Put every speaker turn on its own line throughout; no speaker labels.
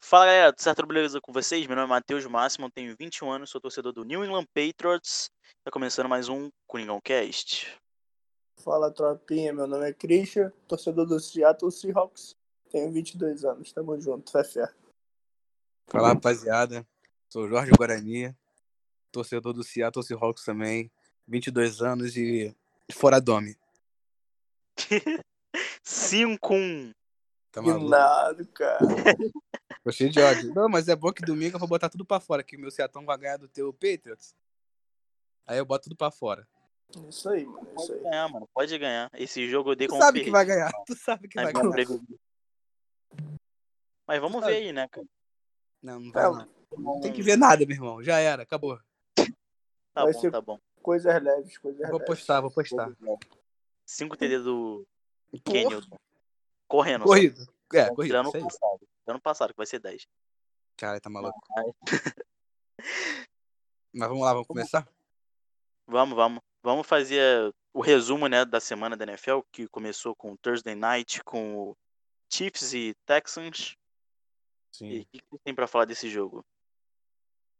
Fala galera, tudo certo? Tudo beleza com vocês? Meu nome é Matheus Máximo, tenho 21 anos, sou torcedor do New England Patriots. Tá começando mais um Coringão Cast.
Fala, tropinha. Meu nome é Christian, torcedor do Seattle Seahawks. Tenho 22 anos. Tamo junto, fé fé.
Fala rapaziada, sou Jorge Guarani, torcedor do Seattle Seahawks também, 22 anos e fora dome.
5-1.
Tá
Que
maluco?
nada, cara.
Tô cheio de ódio. Não, mas é bom que domingo eu vou botar tudo pra fora, que o meu Seatão vai ganhar do teu Patriots. Aí eu boto tudo pra fora.
Isso aí, mano. Isso
Pode
aí.
ganhar, mano. Pode ganhar. Esse jogo eu dei
É Tu
como
sabe que
perdido
vai ganhar, tu sabe que
na
vai
minha
ganhar.
previsão. Mas vamos
sabe.
ver aí, né, cara?
Não, não vai
É,
não. Não tem que ver nada, meu irmão. Já era, acabou.
Tá
Vai
bom,
ser-
tá bom.
coisas leves, coisas
Vou
leves.
postar, vou postar.
5 TD do
Tá. Porra.
Kenilton. Correndo.
Corrido. É,
só.
corrido.
Tirando
Isso aí.
passado. Ano passado, que vai ser 10.
Cara, tá maluco. Mas vamos lá, vamos começar?
Vamos, vamos. Vamos fazer o resumo né, da semana da NFL, que começou com o Thursday Night, com o Chiefs e Texans. E o que que tem pra falar desse jogo?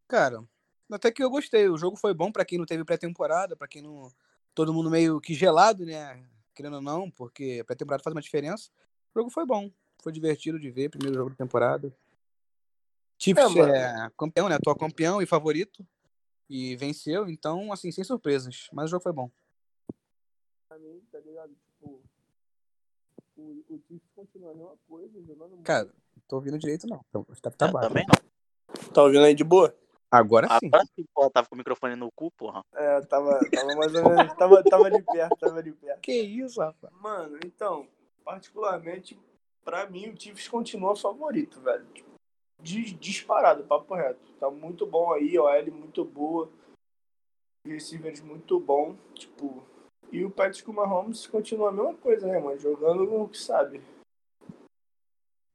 Cara, até que eu gostei. O jogo foi bom pra quem não teve pré-temporada, pra quem não. Todo mundo meio que gelado, né? Querendo ou não, porque pré-temporada faz uma diferença. O jogo foi bom. Foi divertido de ver, primeiro jogo da temporada. Chiefs
É, mano.
é campeão, né? Atual campeão e favorito. E venceu, então, assim, sem surpresas. Mas o jogo foi bom.
Pra mim, tá ligado? Tipo, o, o time continua a mesma coisa, jogando muito.
Cara, não tô ouvindo direito, não. Então, Tá, tá
Eu
baixo.
Ah, também não.
Tá ouvindo aí de boa?
Agora sim.
Agora sim, porra, tava com o microfone no cu, porra.
É, tava, tava mais ou menos. Tava, tava de perto, tava de perto.
Que isso, rapaz.
Mano, então, particularmente, pra mim, o Chiefs continua favorito, velho. Tipo, dis- disparado, papo reto. Tá muito bom aí, OL muito boa, receivers muito bom, tipo... E o Patrick Mahomes continua a mesma coisa, né, mano? Jogando o que sabe.
É,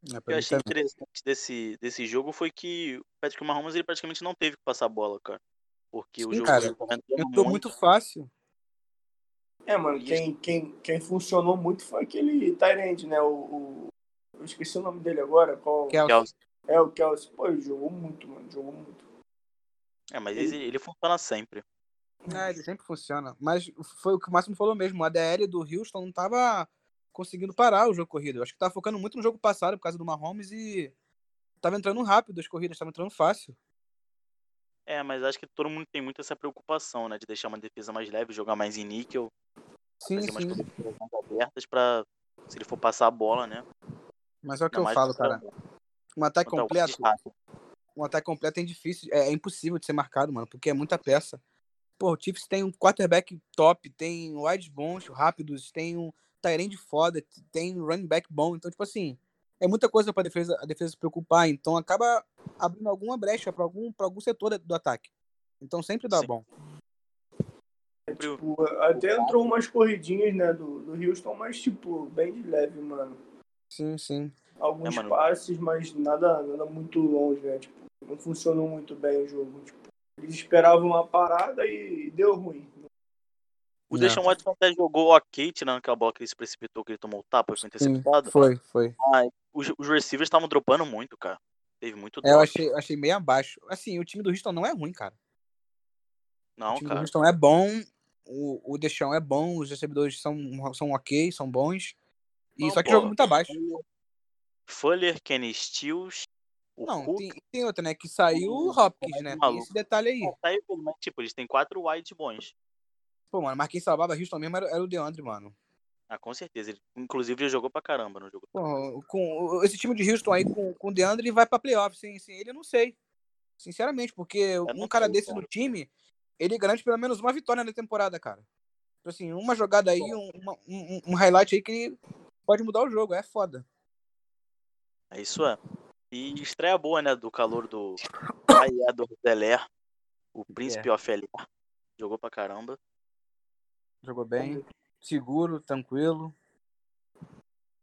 O que eu
pra mim
achei
também.
interessante desse, desse jogo foi que o Patrick Mahomes ele praticamente não teve que passar a bola, cara. Porque o
Sim,
jogo
cara.
foi correndo
Tentou muito fácil.
É, mano, quem, quem, quem funcionou muito foi aquele Tyrande, né? O, o- Eu esqueci o nome dele agora, qual...
Kelsey.
Kelsey.
É, o Kelsey. Pô, ele jogou muito, mano, jogou muito.
É, mas ele, ele funciona sempre.
É, ele sempre funciona. Mas foi o que o Máximo falou mesmo. A DL do Houston não tava conseguindo parar o jogo corrido. Eu acho que tava focando muito no jogo passado por causa do Mahomes e tava entrando rápido as corridas, tava entrando fácil.
É, mas acho que todo mundo tem muito essa preocupação, né? De deixar uma defesa mais leve, jogar mais em níquel,
Sim,
fazer umas
sim.
coberturas é mais né, abertas pra, se ele for passar a bola, né?
Mas é o que
Ainda mais
eu falo,
contra-
cara. Um ataque
contra algum
completo,
destaque.
um ataque completo é difícil, é, é impossível de ser marcado, mano, porque é muita peça. Pô, o Chiefs tem um quarterback top, tem um wide bons, rápidos, tem um Tyrande foda, tem um running back bom. Então, tipo assim, é muita coisa pra defesa, a defesa se preocupar. Então, acaba abrindo alguma brecha pra algum, pra algum setor do ataque. Então, sempre dá
Sim.
bom.
Tipo, até entrou umas corridinhas, né, do, do Houston, mas, tipo, bem de leve, mano.
Sim, sim.
Alguns
É, mano.
passes, mas nada, nada muito longe, né? Tipo, não funcionou muito bem o jogo. Tipo, eles esperavam uma parada e deu ruim.
O
É.
Deixon Watson até jogou ok, tirando aquela bola que ele se precipitou, que ele tomou o tapa, foi interceptado.
Foi, foi.
Os, os receivers estavam dropando muito, cara. Teve muito
É, eu
drop.
achei, eu achei meio abaixo. Assim, o time do Houston não é ruim, cara. o
Não,
time do
cara.
Houston é bom, o, o Deixão é bom, os recebedores são, são ok, são bons. E
Não,
só que
pô.
jogo muito abaixo.
Fuller, Kenny Stills, o
Não,
Cook.
tem, tem outra, né? Que saiu o Hopkins, né? Tem esse detalhe aí.
Não, tá aí, mas, tipo, eles têm quatro wide bons.
Pô, mano, mas quem salvava Houston mesmo era, era o DeAndre, mano.
Ah, com certeza. Ele, inclusive, ele jogou pra caramba no jogo.
Pô, com, esse time de Houston aí com, com o DeAndre vai pra playoff. Sem, sem ele, eu não sei. Sinceramente, porque
não
um cara
sei,
desse
cara.
no time, ele garante pelo menos uma vitória na temporada, cara. Tipo Assim, uma jogada aí, um, uma- um, um highlight aí que pode mudar o jogo. É foda.
É isso é. E estreia boa, né? Do calor do Aiador Deler, o príncipe
É.
of Eler. Jogou pra caramba.
Jogou bem. Seguro, tranquilo.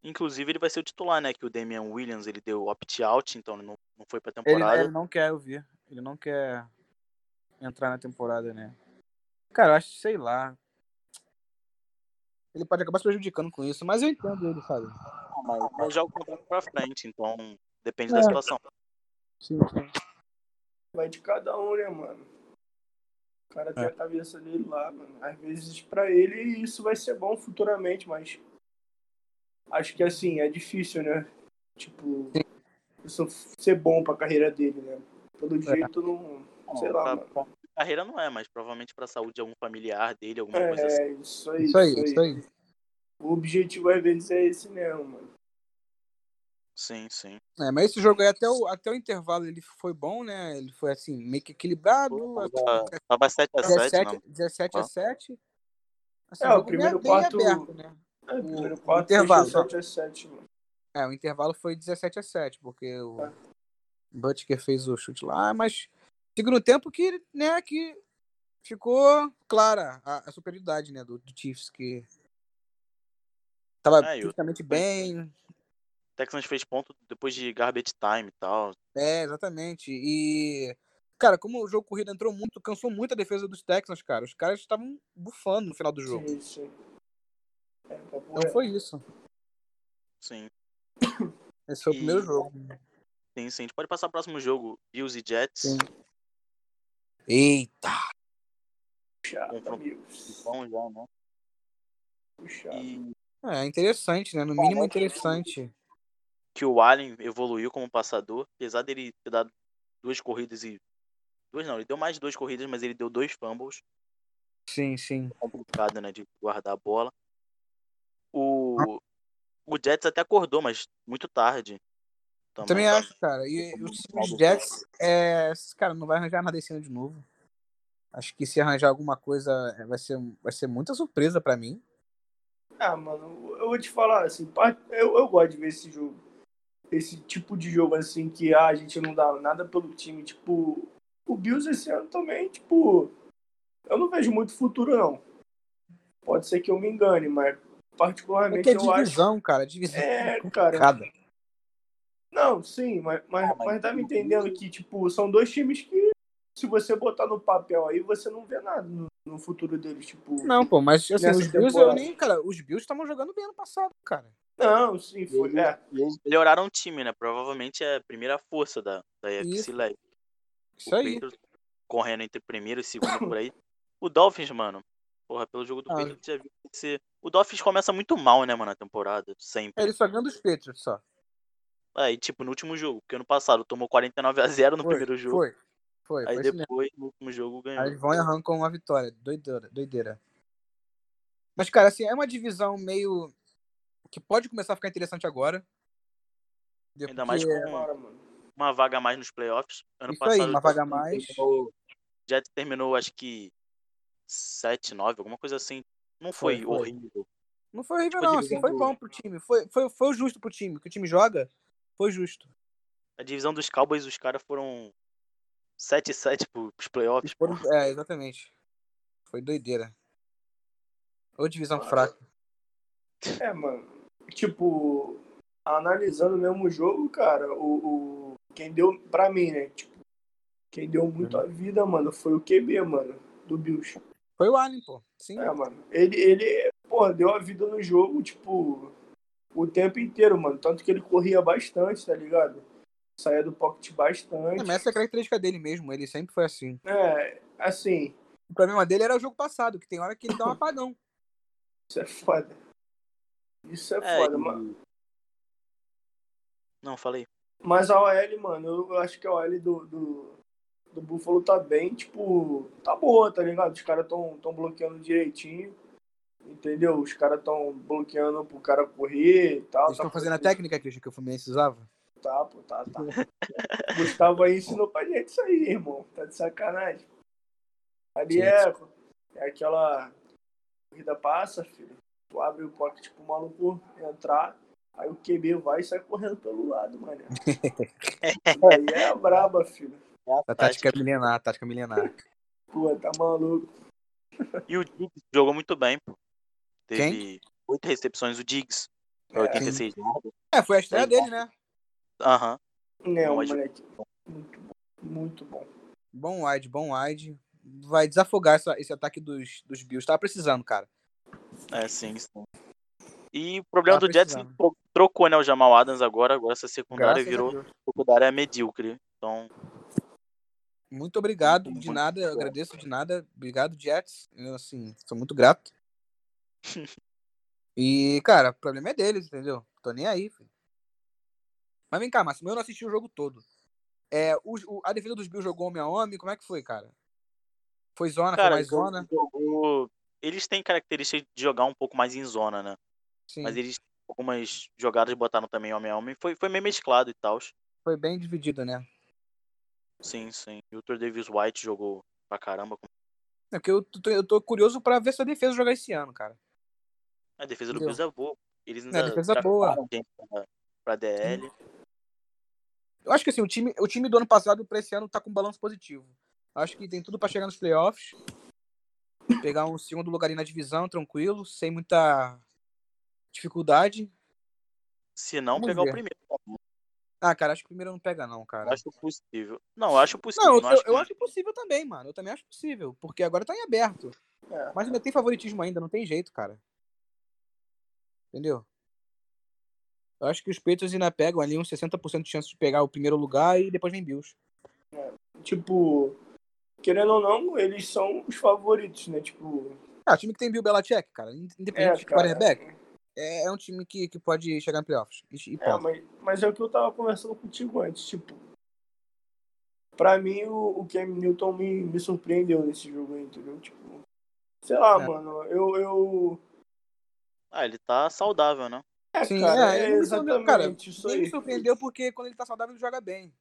Inclusive, ele vai ser o titular, né? Que o Damian Williams ele deu opt-out, então ele não, não foi pra
Ele,
temporada.
ele não é quer ouvir. Ele não quer entrar na temporada, né? Cara, eu acho, sei lá. Ele pode acabar se prejudicando com isso, mas eu entendo ele, sabe?
Mas joga o contrato pra frente, então depende
É.
da situação.
Sim, sim.
Vai de cada um, né, mano? O cara tem
É.
a cabeça dele lá, mano. Às vezes pra ele isso vai ser bom futuramente, mas acho que assim, é difícil, né? Tipo, isso ser bom pra carreira dele, né? Pelo jeito não. Sei lá,
pra,
mano.
pra carreira não é, mas provavelmente pra saúde de algum familiar dele, alguma coisa assim.
É, isso aí,
Isso aí, isso aí.
O objetivo às vezes é esse mesmo, mano.
Sim, sim.
É, mas esse jogo aí, até o, até o intervalo, ele foi bom, né? Ele foi assim, meio que equilibrado.
Tava, tava 7x7,
17,
não.
17 a
Tá.
7. Assim,
É,
jogo
o primeiro
bem
quarto-
aberto, né?
É, primeiro
o
quarto,
intervalo,
fechou 7 a 7, mano.
É, o intervalo foi 17 a 7, porque o
Tá.
Butker fez o chute lá, mas segundo tempo que, né, que ficou clara a, a superioridade, né, do, do Chiefs, que tava
É, e o-
fisicamente bem,
Texans fez ponto depois de garbage time e tal.
é, exatamente, e, cara, como o jogo corrido entrou muito, cansou muito a defesa dos Texans, cara, os caras estavam bufando no final do jogo,
Sim, sim. É, papo
então
reto.
foi isso,
Sim,
esse foi o
E-
primeiro jogo.
sim, sim. A gente pode passar o próximo jogo. Bills e Jets.
Sim. Eita!
Puxado, amigo.
Bom já, né?
Puxado.
E
É, interessante, né, no mínimo interessante.
que o Allen evoluiu como passador. Apesar dele ter dado duas corridas e... Duas não, ele deu mais de duas corridas, mas ele deu dois fumbles.
Sim, sim.
complicado, né, de guardar a bola. O, o Jets até acordou, mas muito tarde.
Eu também
tá?
acho, cara. E
Como
os
um
times
saldo.
Jets, é, cara, não vai arranjar nada esse ano de novo. Acho que se arranjar alguma coisa, é, vai ser, vai ser muita surpresa pra mim.
Ah, mano, eu vou te falar, assim, pa- eu, eu gosto de ver esse jogo. Esse tipo de jogo, assim, que ah, a gente não dá nada pelo time. Tipo, o Bills esse ano também, tipo, eu não vejo muito futuro, não. Pode ser que eu me engane, mas
É
particularmente
que é
eu acho.
divisão, né? cara. Divisão
É, cara.
complicada.
Não, sim, mas, mas,
Ah, mas-
mas tá me entendendo que, tipo, são dois times que, se você botar no papel aí, você não vê nada no, no futuro deles, tipo.
Não, pô, mas assim,
Nessa
os Bills, eu
temporada.
nem, cara, os Bills estavam jogando bem ano passado, cara.
Não, sim, foi. É,
E eles melhoraram o time, né? Provavelmente é a primeira força da, da
Isso.
EFC Leste.
Isso
o
aí.
Patriots correndo entre primeiro e segundo por aí. O Dolphins, mano. Porra, pelo jogo do
Ah.
Patriots já viu que se- O Dolphins começa muito mal, né, mano, a temporada.
É,
Sempre.
Ele só ganha dos Patriots só.
Aí, tipo, no último jogo, porque ano passado tomou 49 a 0 no
Foi,
primeiro jogo.
foi. Foi, foi
Aí
isso mesmo.
depois, no último jogo, ganhou.
Aí eles vão e arrancam uma vitória. Doideira, doideira. Mas, cara, assim, é uma divisão meio. que pode começar a ficar interessante agora.
Ainda mais
Porque- é
com
agora, mano.
uma vaga a mais nos playoffs. Ano
Isso aí,
passado um
uma vaga a mais.
terminou- Jets terminou, acho que 7, 9, alguma coisa assim. Não foi,
Foi, foi.
horrível.
Não foi horrível,
Tipo,
não.
divisão
Assim, foi
do-
bom pro time. Foi, foi, foi o justo pro time. O Que o time joga, foi justo.
A divisão dos Cowboys, os caras foram 7 7 pro, pros playoffs.
Eles foram- É, exatamente. Foi doideira. Ou divisão fraca.
É, mano. Tipo, analisando mesmo o jogo, cara, o, o- quem deu pra mim, né? Tipo, quem deu
Uhum.
muito a vida, mano, foi o QB, mano, do Bills.
Foi o Allen, pô. Sim.
É, mano. Ele, ele, porra, deu a vida no jogo, tipo, o tempo inteiro, mano. Tanto que ele corria bastante, tá ligado? Saía do pocket
É,
bastante.
mas essa é a característica dele mesmo. Ele sempre foi assim.
É, assim,
O problema dele era o jogo passado, que tem hora que ele dá um apagão.
isso é foda. Isso é,
É,
foda,
e-
mano.
Não, falei.
Mas a OL, mano, eu- eu acho que a OL do, do, do Buffalo tá bem, tipo, tá boa, tá ligado? Os caras tão, tão bloqueando direitinho, entendeu? Os caras tão bloqueando pro cara correr e tal.
Eles
tá
estão fazendo a técnica que, que o Fluminense usava.
Tá, pô, tá, tá. Gustavo aí ensinou pra gente isso aí, irmão. Tá de sacanagem. Ali
Sim.
é, é aquela corrida passa, filho. Tu abre o pocket pro maluco entrar, aí o QB vai e sai correndo pelo lado, mano. Aí é a braba, filho.
É A tática milenar, a tática milenar.
Pô, tá maluco.
E o Diggs jogou muito bem, pô. Teve oito recepções, o Diggs. pra
É,
86 jardas.
É, foi a estreia dele, né?
Aham.
Né,
Bom,
o
mas-
moleque. Muito bom. Muito bom.
Bom wide, bom wide. Vai desafogar essa- esse ataque dos, dos Bills. Tava precisando, cara.
É, sim, sim. E o problema
Tá
do Jets
precisando.
tro- trocou, né, o Jamal Adams agora. Agora essa secundária
Graças a
virou
Deus.
secundária medíocre. Então,
Muito obrigado,
Muito
de nada, eu
bom.
agradeço de nada. Obrigado, Jets. Eu, assim, sou muito grato. e, cara, o problema é deles, entendeu? Tô nem aí, filho. Mas vem cá, Máximo, eu não assisti o jogo todo. É, os- o- a defesa dos Bills jogou homem a homem, como é que foi, cara? Ah, Foi zona,
cara,
foi mais zona?
o- eles têm característica de jogar um pouco mais em zona, né?
Sim,
Mas eles algumas jogadas botaram também homem a homem. Foi, foi meio mesclado e tal.
foi bem dividido, né?
Sim, sim. E o Tur Davis White jogou pra caramba.
É porque eu tô, eu tô curioso pra ver sua defesa jogar esse ano, cara.
A defesa do
Entendeu?
Bills é boa. Eles
É,
ainda
defesa
draftaram
boa. Hum.
gente pra, pra DL.
Eu acho que assim, o time, o time do ano passado pra esse ano tá com um balanço positivo. Acho que tem tudo pra chegar nos playoffs. Pegar um segundo lugar ali na divisão, tranquilo, sem muita dificuldade.
Se não,
Vamos
pegar
ver.
o primeiro.
Ah, cara, acho que o primeiro não pega, não, cara.
Eu acho possível. Não, eu acho possível.
Não, eu,
não é acho
eu
que-
acho possível também, mano. Eu também acho possível. Porque agora tá em aberto.
É.
Mas ainda tem favoritismo ainda, não tem jeito, cara. Entendeu? Eu acho que os Patriots ainda pegam ali uns 60% de chance de pegar o primeiro lugar e depois vem Bills.
Tipo, querendo ou não, eles são os favoritos, né? Tipo,
Ah, time que tem Bill Belichick, cara,
é,
independente de
cara,
quarterback, é, é um time que, que pode chegar em playoffs. E, e
É,
pode.
mas, mas é o que eu tava conversando contigo antes, tipo. Pra mim, o, o Cam Newton me, me surpreendeu nesse jogo, aí, entendeu? Tipo, sei lá,
É.
mano, eu. eu...
Ah, ele tá saudável, né?
É,
Sim,
cara,
é,
é,
ele me surpreendeu, cara,
exatamente isso
Nem
aí.
me surpreendeu porque quando ele tá saudável ele joga bem.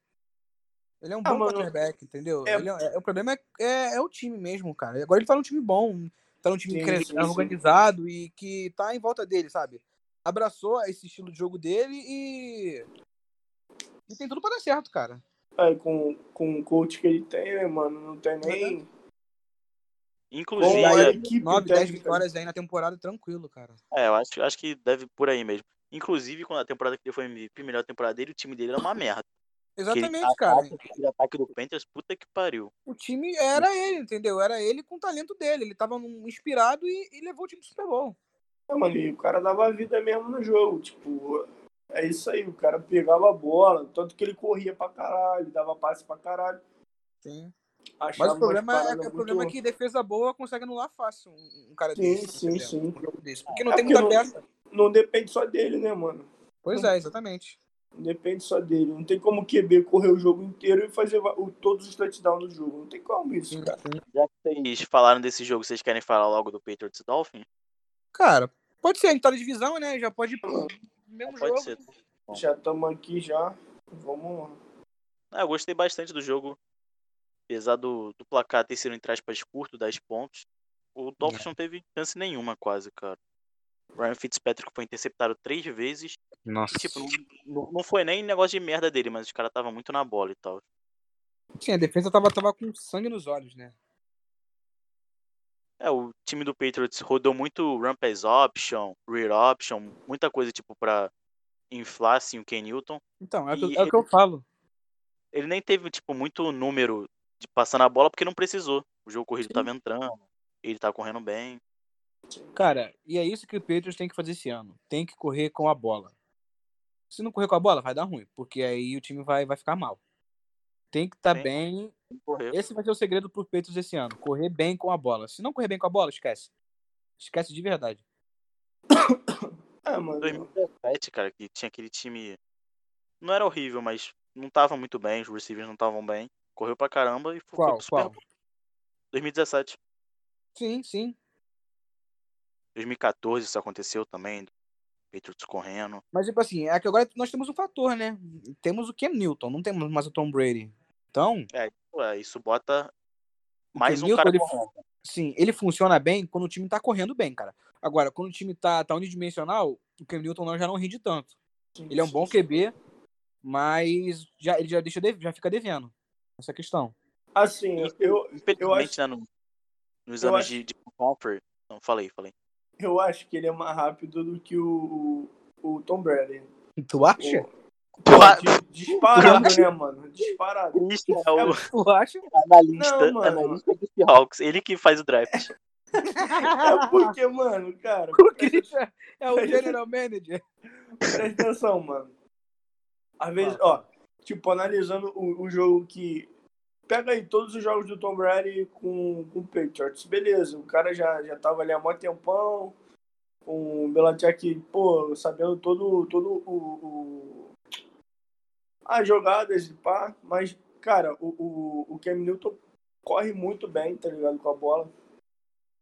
Ele é um bom
Ah, mano.
quarterback, entendeu?
É.
Ele é- é- o problema é, é, é o time mesmo, cara. E Agora ele tá num time bom, tá num time
Sim,
cres-
sim, sim.
organizado e que tá em volta dele, sabe? Abraçou esse estilo de jogo dele e. E tem tudo pra dar certo, cara.
Aí, É, com, com o coach que ele tem, né, mano? Não tem
é
nem.
Inclusive,
Bom,
é,
ele- equipe
9, 10
técnica.
vitórias aí na temporada, tranquilo, cara.
é, eu acho, acho que deve por aí mesmo. Inclusive, quando a temporada que ele foi MVP, melhor temporada dele, o time dele era uma merda. Aquele
Exatamente, cara.
ataque- Aquele ataque do Panthers, puta que pariu.
O time era ele, entendeu? Era ele com o talento dele. Ele tava num- inspirado e, e levou o time pro Super Bowl.
É, mano, e o cara dava vida mesmo no jogo, tipo. É isso aí, o cara pegava a bola, tanto que ele corria pra caralho, dava passe pra caralho.
Sim.
Achava
Mas o problema,
umas
é,
paradas
o problema é
muito-
que defesa boa consegue anular fácil um, um cara
Sim,
desse.
sim,
entendeu?
sim.
Um jogo desse. Porque não
É
tem
porque
muita peça.
Não depende só dele, né, mano?
Pois é, exatamente.
Não Depende só dele. Não tem como o QB correr o jogo inteiro e fazer va- o, todos os touchdowns do jogo. Não tem como isso,
Sim, tá
cara.
sim.
Já que vocês falaram desse jogo, vocês querem falar logo do Patriots e Dolphins?
Cara, pode ser, a gente tá na divisão, né? Já pode ir pro mesmo
Pode
um jogo.
ser. Bom.
Já estamos aqui, já. Vamos lá.
Ah, eu gostei bastante do jogo. Apesar do, do placar ter sido, entre aspas, curto, 10 pontos, o Dolphins não teve chance nenhuma, quase, cara. Ryan Fitzpatrick foi interceptado três vezes.
Nossa.
E, tipo, não, não- não foi nem negócio de merda dele, mas os caras estavam muito na bola e tal.
Sim, a defesa tava, tava com sangue nos olhos, né?
É, o time do Patriots rodou muito ramp as option, read option, muita coisa, tipo, pra inflar, assim, o Ken Newton.
Então, é, o que,
E
eu- é o que eu falo.
Ele nem teve, tipo, muito número de passar na bola porque não precisou. O jogo corrido tava entrando, ele tá correndo bem.
Cara, e é isso que o Patriots tem que fazer esse ano. Tem que correr com a bola. Se não correr com a bola, vai dar ruim, porque aí o time vai, vai ficar mal. Tem que estar
Sim.
bem.
Correu.
Esse vai ser o segredo pro Patriots esse ano. Correr bem com a bola. Se não correr bem com a bola, esquece. Esquece de verdade.
É, mano.
2017, cara, que tinha aquele time. Não era horrível, mas não tava muito bem, os receivers não estavam bem. Correu pra caramba e foi
Qual?
pro Super
Qual?
Bowl. 2017.
Sim, sim.
2014 isso aconteceu também. Patriots correndo.
Mas, tipo assim, é que agora nós temos um fator, né? Temos o Cam Newton, não temos mais o Tom Brady. Então,
Ué, isso bota
o
mais
Cam
um cara
Newton, ele-
correndo.
sim, ele funciona bem quando o time tá correndo bem, cara. Agora, quando o time tá, tá unidimensional, o Cam Newton não- já não rende tanto.
assim,
Ele é um bom QB, mas já, ele já, deixa, de- já fica devendo essa questão.
Assim, eu,
Infelizmente, né, no- nos
eu
anos
acho-
de, de Confer. Não, falei, falei.
eu acho que ele é mais rápido do que o, o, o Tom Brady.
Tu acha?
Claro.
Dis- Disparado, né, mano? Disparado.
Christian é o
Tu acha?
analista,
Não, mano.
analista do Seahawks. Ele que faz o draft.
É porque, mano, cara,
O Christian é o General é Manager.
presta atenção, mano. Às vezes, ó, tipo, analisando o, o jogo que. Pega aí todos os jogos do Tom Brady com, com o Patriots. Beleza, o cara já, já tava ali há muito tempão. Com o Belichick, pô, sabendo todo, todo o, o as jogadas de pá, mas, cara, o, o, o Cam Newton corre muito bem, tá ligado? Com a bola.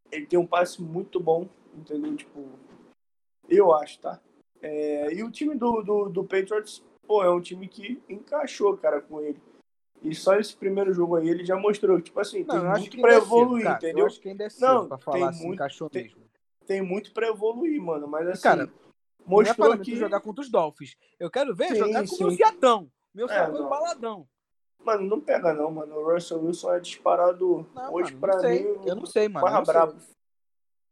Ele tem um passe muito bom, entendeu? Tipo, eu acho, tá? É, e o time do, do, do Patriots, pô, é um time que encaixou, cara, com ele. E só esse primeiro jogo aí ele já mostrou, tipo assim,
Não,
tem
eu acho
muito
que
pra
ainda é cedo,
evoluir,
cara.
entendeu?
Eu acho que ainda é cedo
Não,
pra
tem
falar assim,
muito-
encaixou
tem-
mesmo.
Tem muito pra evoluir, mano, mas assim,
cara,
mostrou
não é
que...
que... jogar contra os Dolphins. Eu quero ver
Sim,
jogar com o meu
sim.
fiatão. Meu
É,
fiatão
não.
embaladão.
Mano, não pega não, mano. O Russell Wilson é disparado
Não,
hoje
mano,
pra
não sei.
mim.
Eu não sei, mano.
Barra
não sei.
brabo.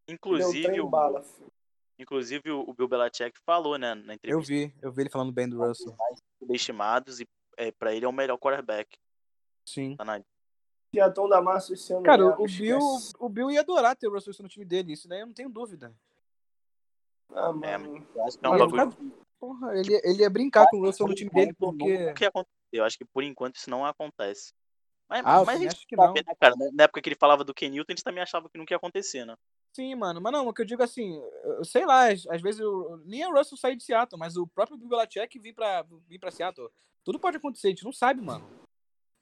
Deu
Inclusive,
É, trem
o,
bala, filho.
inclusive o o Bill Belichick falou, né, na
Eu
entrevista,
vi, eu vi ele falando bem do Russell.
subestimados e é, para ele é o melhor quarterback.
Sim.
Tá na...
Fiatão da massa esse ano.
Cara,
mesmo,
o Bill,
É, esquece.
o Bill ia adorar ter o Russell Wilson no time dele, isso daí eu não tenho dúvida.
Ah, mano.
Eu acho que é um
Ele
bagulho
vai- Porra, ele, ele ia brincar com o Russell no time dele,
Não,
porque.
não que aconte- Eu acho que por enquanto isso não acontece. Mas,
Ah, eu
mas a
também
gente
acho que não.
sabe, né, cara? Na época que ele falava do Ken Newton, a gente também achava que nunca ia acontecer, né?
Sim, mano. Mas não, o que eu digo assim, eu sei lá, às, às vezes eu, nem é o Russell sair de Seattle, mas o próprio Bill Belichick vir pra, vir pra Seattle. Tudo pode acontecer, a gente não sabe, mano.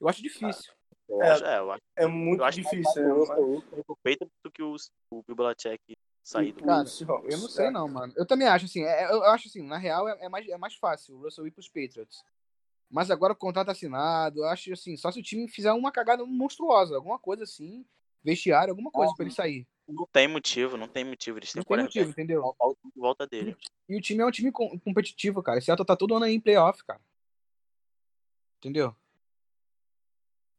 Eu acho difícil.
Eu
É.
acho, é, eu acho,
É
eu
muito
acho
difícil,
que
né?
o
mano?
Russell Wilson foi feito do que o, o Bill Belichick sair do.
Cara,
Esse jogo,
Eu não sei,
é.
não, mano. Eu também acho, assim, é- eu eu acho assim, na real é, é mais, é mais fácil o Russell ir pros Patriots. Mas agora o contrato assinado, eu acho assim, só se o time fizer uma cagada monstruosa, alguma coisa assim, vestiário, alguma coisa pra ele sair.
Não tem motivo, não tem motivo. Eles têm
Não tem motivo,
quarterback.
entendeu?
Só falta em volta dele.
E o time é um time com- competitivo, cara. Esse Seattle tá todo ano aí em playoff, cara. Entendeu?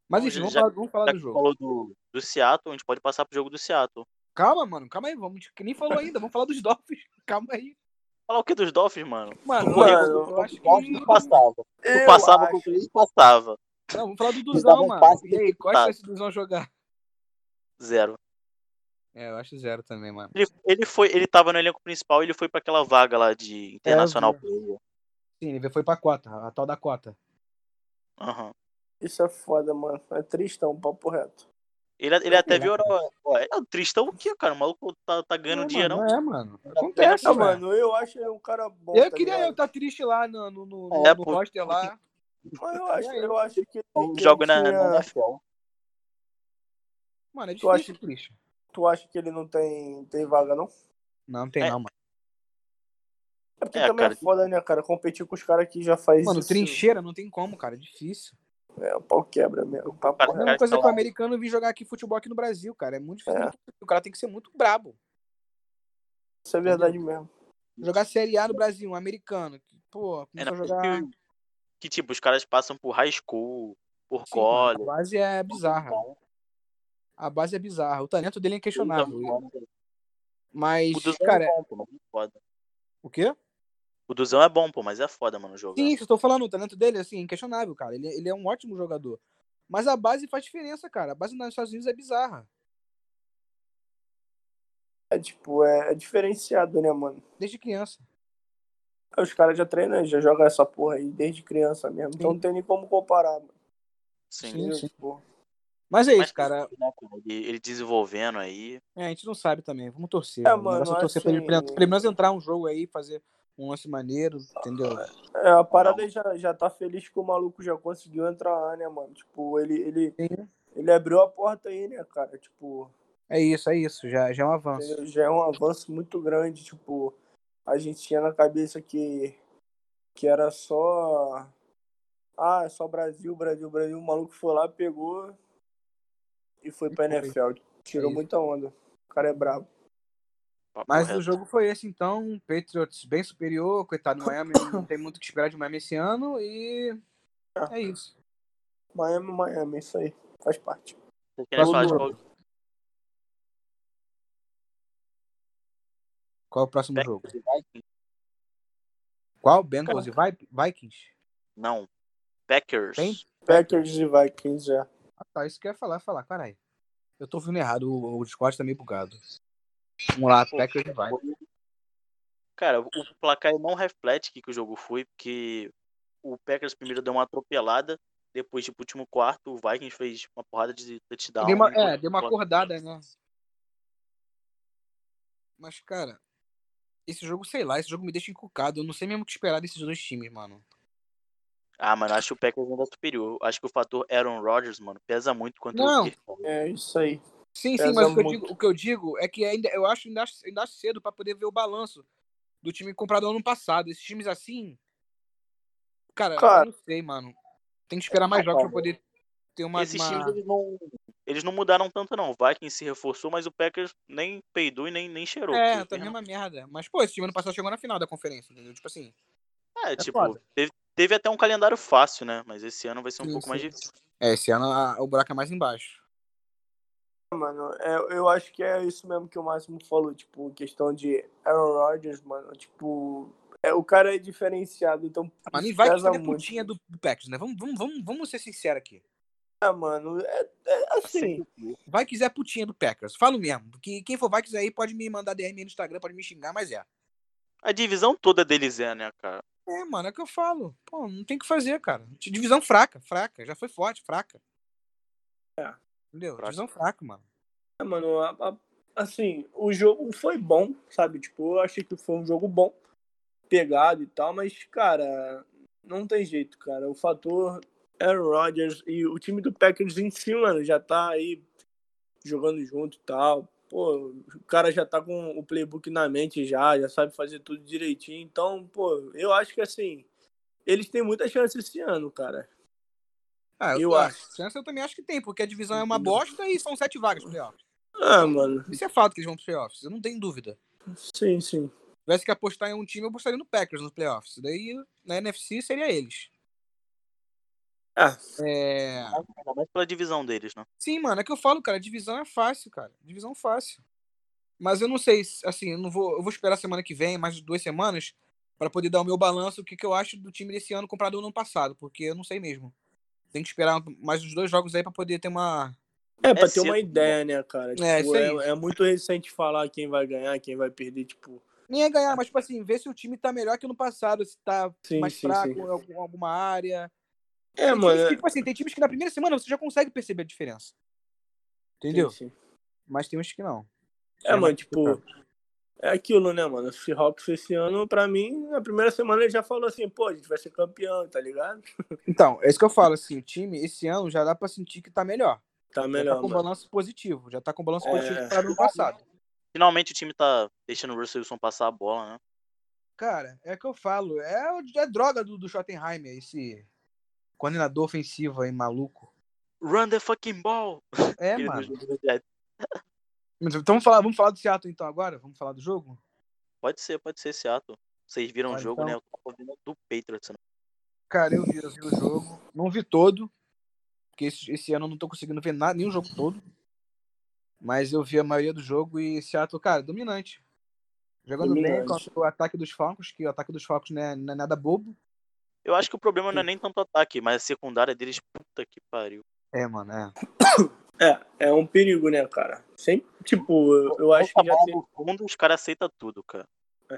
Mas
Bom,
enfim,
já-
vamos
já-
falar, vamos falar
Já
do
que
jogo.
falou do, do Seattle, a gente pode passar pro jogo do Seattle.
Calma, mano, calma aí, vamos, que nem falou ainda, vamos falar dos Dolphins. Calma aí.
Falar o que dos Dolphins, mano?
Mano,
Mano,
eu, eu acho que.
Dolphins não passava. Não
Eu
passava
acho.
com o passava.
Não, vamos falar do
Eles davam um
Duzão, mano.
passe
E aí, qual a chance do Duzão jogar?
Zero.
É, eu acho zero também, mano.
Ele, ele foi, ele tava no elenco principal, ele foi pra aquela vaga lá de internacional.
É, Sim, ele foi pra cota, a tal da cota.
Aham.
Isso é foda, mano. É tristão, papo reto.
Ele, ele até viu. Ó, ó, é o Tristão o quê, cara? O maluco tá, tá ganhando
não,
dinheirão.
mano, é, mano. Acontece,
Ah,
mano.
mano, eu acho ele um cara bom.
Eu
tá
queria eu
ligado?
estar triste lá no, no, no, no,
É,
no
pô.
roster lá.
Mas eu acho, eu acho que.
Não
é
que
joga
ele
na, na
tinha-
NFL.
Mano, é
Tu
difícil,
acha-
acha... triste.
Tu acha que ele não tem, tem vaga, não?
Não, não tem
É,
não, mano.
É porque
É,
também
cara.
é foda, né, cara? Competir com os caras que já faz
Mano,
isso.
trincheira não tem como, cara. É difícil.
É, o pau quebra mesmo. Papo
É a
Cara,
reto.
mesma coisa
tá
que o
lá.
americano vir jogar aqui futebol aqui no Brasil, cara. É muito difícil.
É.
O cara tem que ser muito brabo.
Isso é verdade mesmo.
Jogar Série A no Brasil, um americano. que, Pô,
É, na
começou a jogar. assim,
que, que, tipo, os caras passam por high school, por
Sim, mano, a
college. Então,
base é bizarra. A base é bizarra. O talento dele é questionável. Mas,
Então, O Duzão
cara,
é bom, pô, mas é foda.
o quê?
O Duzão é bom, pô, mas é foda, mano, jogar.
Sim, isso eu tô falando. O talento dele é assim, inquestionável, cara. Ele, ele é um ótimo jogador. Mas a base faz diferença, cara. A base nos Estados Unidos é bizarra.
É tipo, é, é diferenciado, né, mano?
Desde criança.
Os caras já treinam, já jogam essa porra aí desde criança mesmo. Então
Sim.
não tem nem como comparar, mano.
Sim.
Sim,
Entendeu?
sim.
Tipo,
Mas é
Mas,
isso, cara.
né, cara, Ele, ele desenvolvendo aí.
É, a gente não sabe também. Vamos torcer.
É,
mano. o
mano,
negócio é torcer pra ele, pra
assim-
ele pelo menos entrar um jogo aí, fazer um lance maneiro, entendeu?
é, a parada já, já tá feliz que o maluco já conseguiu entrar lá, né, mano? Tipo, ele, ele,
Sim.
ele abriu a porta aí, né, cara? Tipo,
É isso, é isso. Já, já é um avanço.
entendeu? já é um avanço muito grande. Tipo, a gente tinha na cabeça que, que era só. Ah, é só Brasil, Brasil, Brasil. O maluco foi lá, pegou e foi pra
Foi.
NFL. Tirou
isso.
muita onda. O cara é brabo.
papo
Mas
reto.
o jogo foi esse, então. Patriots bem superior, coitado do Miami. Não tem muito o que esperar de Miami esse ano. E. É isso.
Miami, Miami, é isso aí. Faz parte.
Vocês querem falar de
Próximo
qual-
Qual é o próximo
Packers
jogo?
e Vikings?
Qual? Bengals e Vi- Vikings?
Não. Packers.
Tem?
Packers e Vikings, é. já.
Ah, tá. Isso que eu ia falar, ia falar. Caralho. Eu tô ouvindo errado. O, o Discord tá meio bugado. Vamos lá,
Pô,
Packers e Vikings.
Cara, o placar não reflete o que, que o jogo foi, porque o Packers primeiro deu uma atropelada, depois, tipo, último quarto, o Vikings fez uma porrada de touchdown. um
Deu uma-
e-
é, deu uma acordada, né? Mas, cara, esse jogo, sei lá, esse jogo me deixa encucado. Eu não sei mesmo o que esperar desses dois times, mano.
Ah, mano, acho que o Packers ainda é superior. Acho que o fator Aaron Rodgers, mano, pesa muito contra
Não.
o Kirk.
É isso aí.
Sim,
Pesa
sim, mas o que, eu
muito.
digo, o que eu digo é que ainda, eu acho ainda, acho- ainda acho cedo pra poder ver o balanço do time comprado ano passado. Esses times assim, cara,
Cara.
eu não sei, mano. Tem que esperar mais jogos pra poder ter uma...
Esses
uma-
times,
é
eles não, eles não mudaram tanto, não. O Vikings se reforçou, mas o Packers nem peidou e nem, nem cheirou.
É,
Porque,
tá a mesma merda. Mas, pô, esse time ano passado chegou na final da conferência, entendeu? Tipo assim...
É, tipo,
foda.
teve, teve até um calendário fácil, né? Mas esse ano vai ser um
Sim,
pouco mais
sim.
difícil.
É, esse ano a- o buraco é mais embaixo.
Mano, é, eu acho que é isso mesmo que o Máximo falou, tipo, questão de Aaron Rodgers, mano, tipo, é, o cara é diferenciado, então
Mas nem
isso
vai que
pesa
foi a
muito.
putinha do, do Packers, né? Vamos, vamos, vamos, vamos ser sinceros aqui.
Ah, mano, é, é assim,
Vai que é a putinha do Packers. Falo mesmo. Que quem for vai que aí pode me mandar DM aí no Instagram, pode me xingar, mas é.
A divisão toda deles é, né, cara?
É, mano, é o que eu falo. Pô, não tem o que fazer, cara. Divisão fraca, fraca. Já foi forte, fraca.
É.
Entendeu?
Fraca.
Divisão fraca, mano.
é, mano, a- a- assim, o jogo foi bom, sabe? Tipo, eu achei que foi um jogo bom, pegado e tal, mas, cara, não tem jeito, cara. O fator Aaron Rodgers e o time do Packers em si, mano, já tá aí jogando junto e tal. Pô, o cara já tá com o playbook na mente já, já sabe fazer tudo direitinho. Então, pô, eu acho que assim, eles têm muita chance esse ano, cara.
Ah,
Eu
tô-
acho.
Chance eu também acho que tem, porque a divisão é uma bosta e são sete vagas pro playoffs.
Ah, mano.
Isso é fato que eles vão pro playoffs, eu não tenho dúvida.
Sim, sim.
Se tivesse que apostar em um time, eu apostaria no Packers nos playoffs. Daí, na NFC, seria eles.
Ah,
É...
Ainda mais pela divisão deles, né?
Sim, mano, é que eu falo, cara, divisão é fácil, cara. Divisão fácil. Mas eu não sei, se- assim, eu não vou, eu vou esperar semana que vem, mais duas semanas, pra poder dar o meu balanço, o que, que eu acho do time desse ano comprado no ano passado, porque eu não sei mesmo. Tem que esperar mais uns dois jogos aí pra poder ter uma.
é pra ter
cedo,
uma ideia, né, cara? Tipo,
isso aí.
é, é muito recente falar quem vai ganhar, quem vai perder, tipo.
Nem é ganhar, mas, tipo assim, ver se o time tá melhor que no passado, se tá
Sim,
mais
sim,
fraco
sim.
em algum- alguma área.
É,
tem
mano.
times que,
é-
tipo assim, tem times que na primeira semana você já consegue perceber a diferença. Entendeu?
sim, sim.
Mas tem uns que não.
É, mano,
mais
tipo. É aquilo, né, mano? O Seahawks esse ano, pra mim, na primeira semana ele já falou assim, pô, a gente vai ser campeão, tá ligado?
Então, é isso que eu falo, assim, o time esse ano já dá pra sentir que tá melhor.
Tá
já tá
melhor,
com
mano.
balanço positivo. Já tá com balanço
É.
positivo para ano passado.
Finalmente o time tá deixando o Russell Wilson passar a bola, né?
Cara, é o que eu falo. É, o- é droga do, do Schottenheimer, esse coordenador ofensivo aí, maluco.
Run the fucking ball!
É,
Aquele do
mano.
jogo do Jets.
Mas Então, vamos, falar, vamos falar do Seattle então agora? Vamos falar do jogo?
Pode ser, pode ser esse ato. Vocês viram o
Pode,
jogo, né?
então.
Eu tava vendo do Patriots. né?
Cara, eu vi, eu vi o jogo. Não vi todo. Porque esse, esse ano eu não tô conseguindo ver nada, nenhum jogo todo. Mas eu vi a maioria do jogo e Seattle, cara, dominante. Jogando bem
Dominante.
contra o ataque dos Falcons, que o ataque dos Falcons não é- não é nada bobo.
Eu acho que o problema não é nem tanto o ataque, mas a secundária deles, puta que pariu.
É, mano, é.
É, é um perigo, né, cara? Sempre, tipo, eu, eu acho que já tem.
No fundo, os caras aceitam tudo, cara.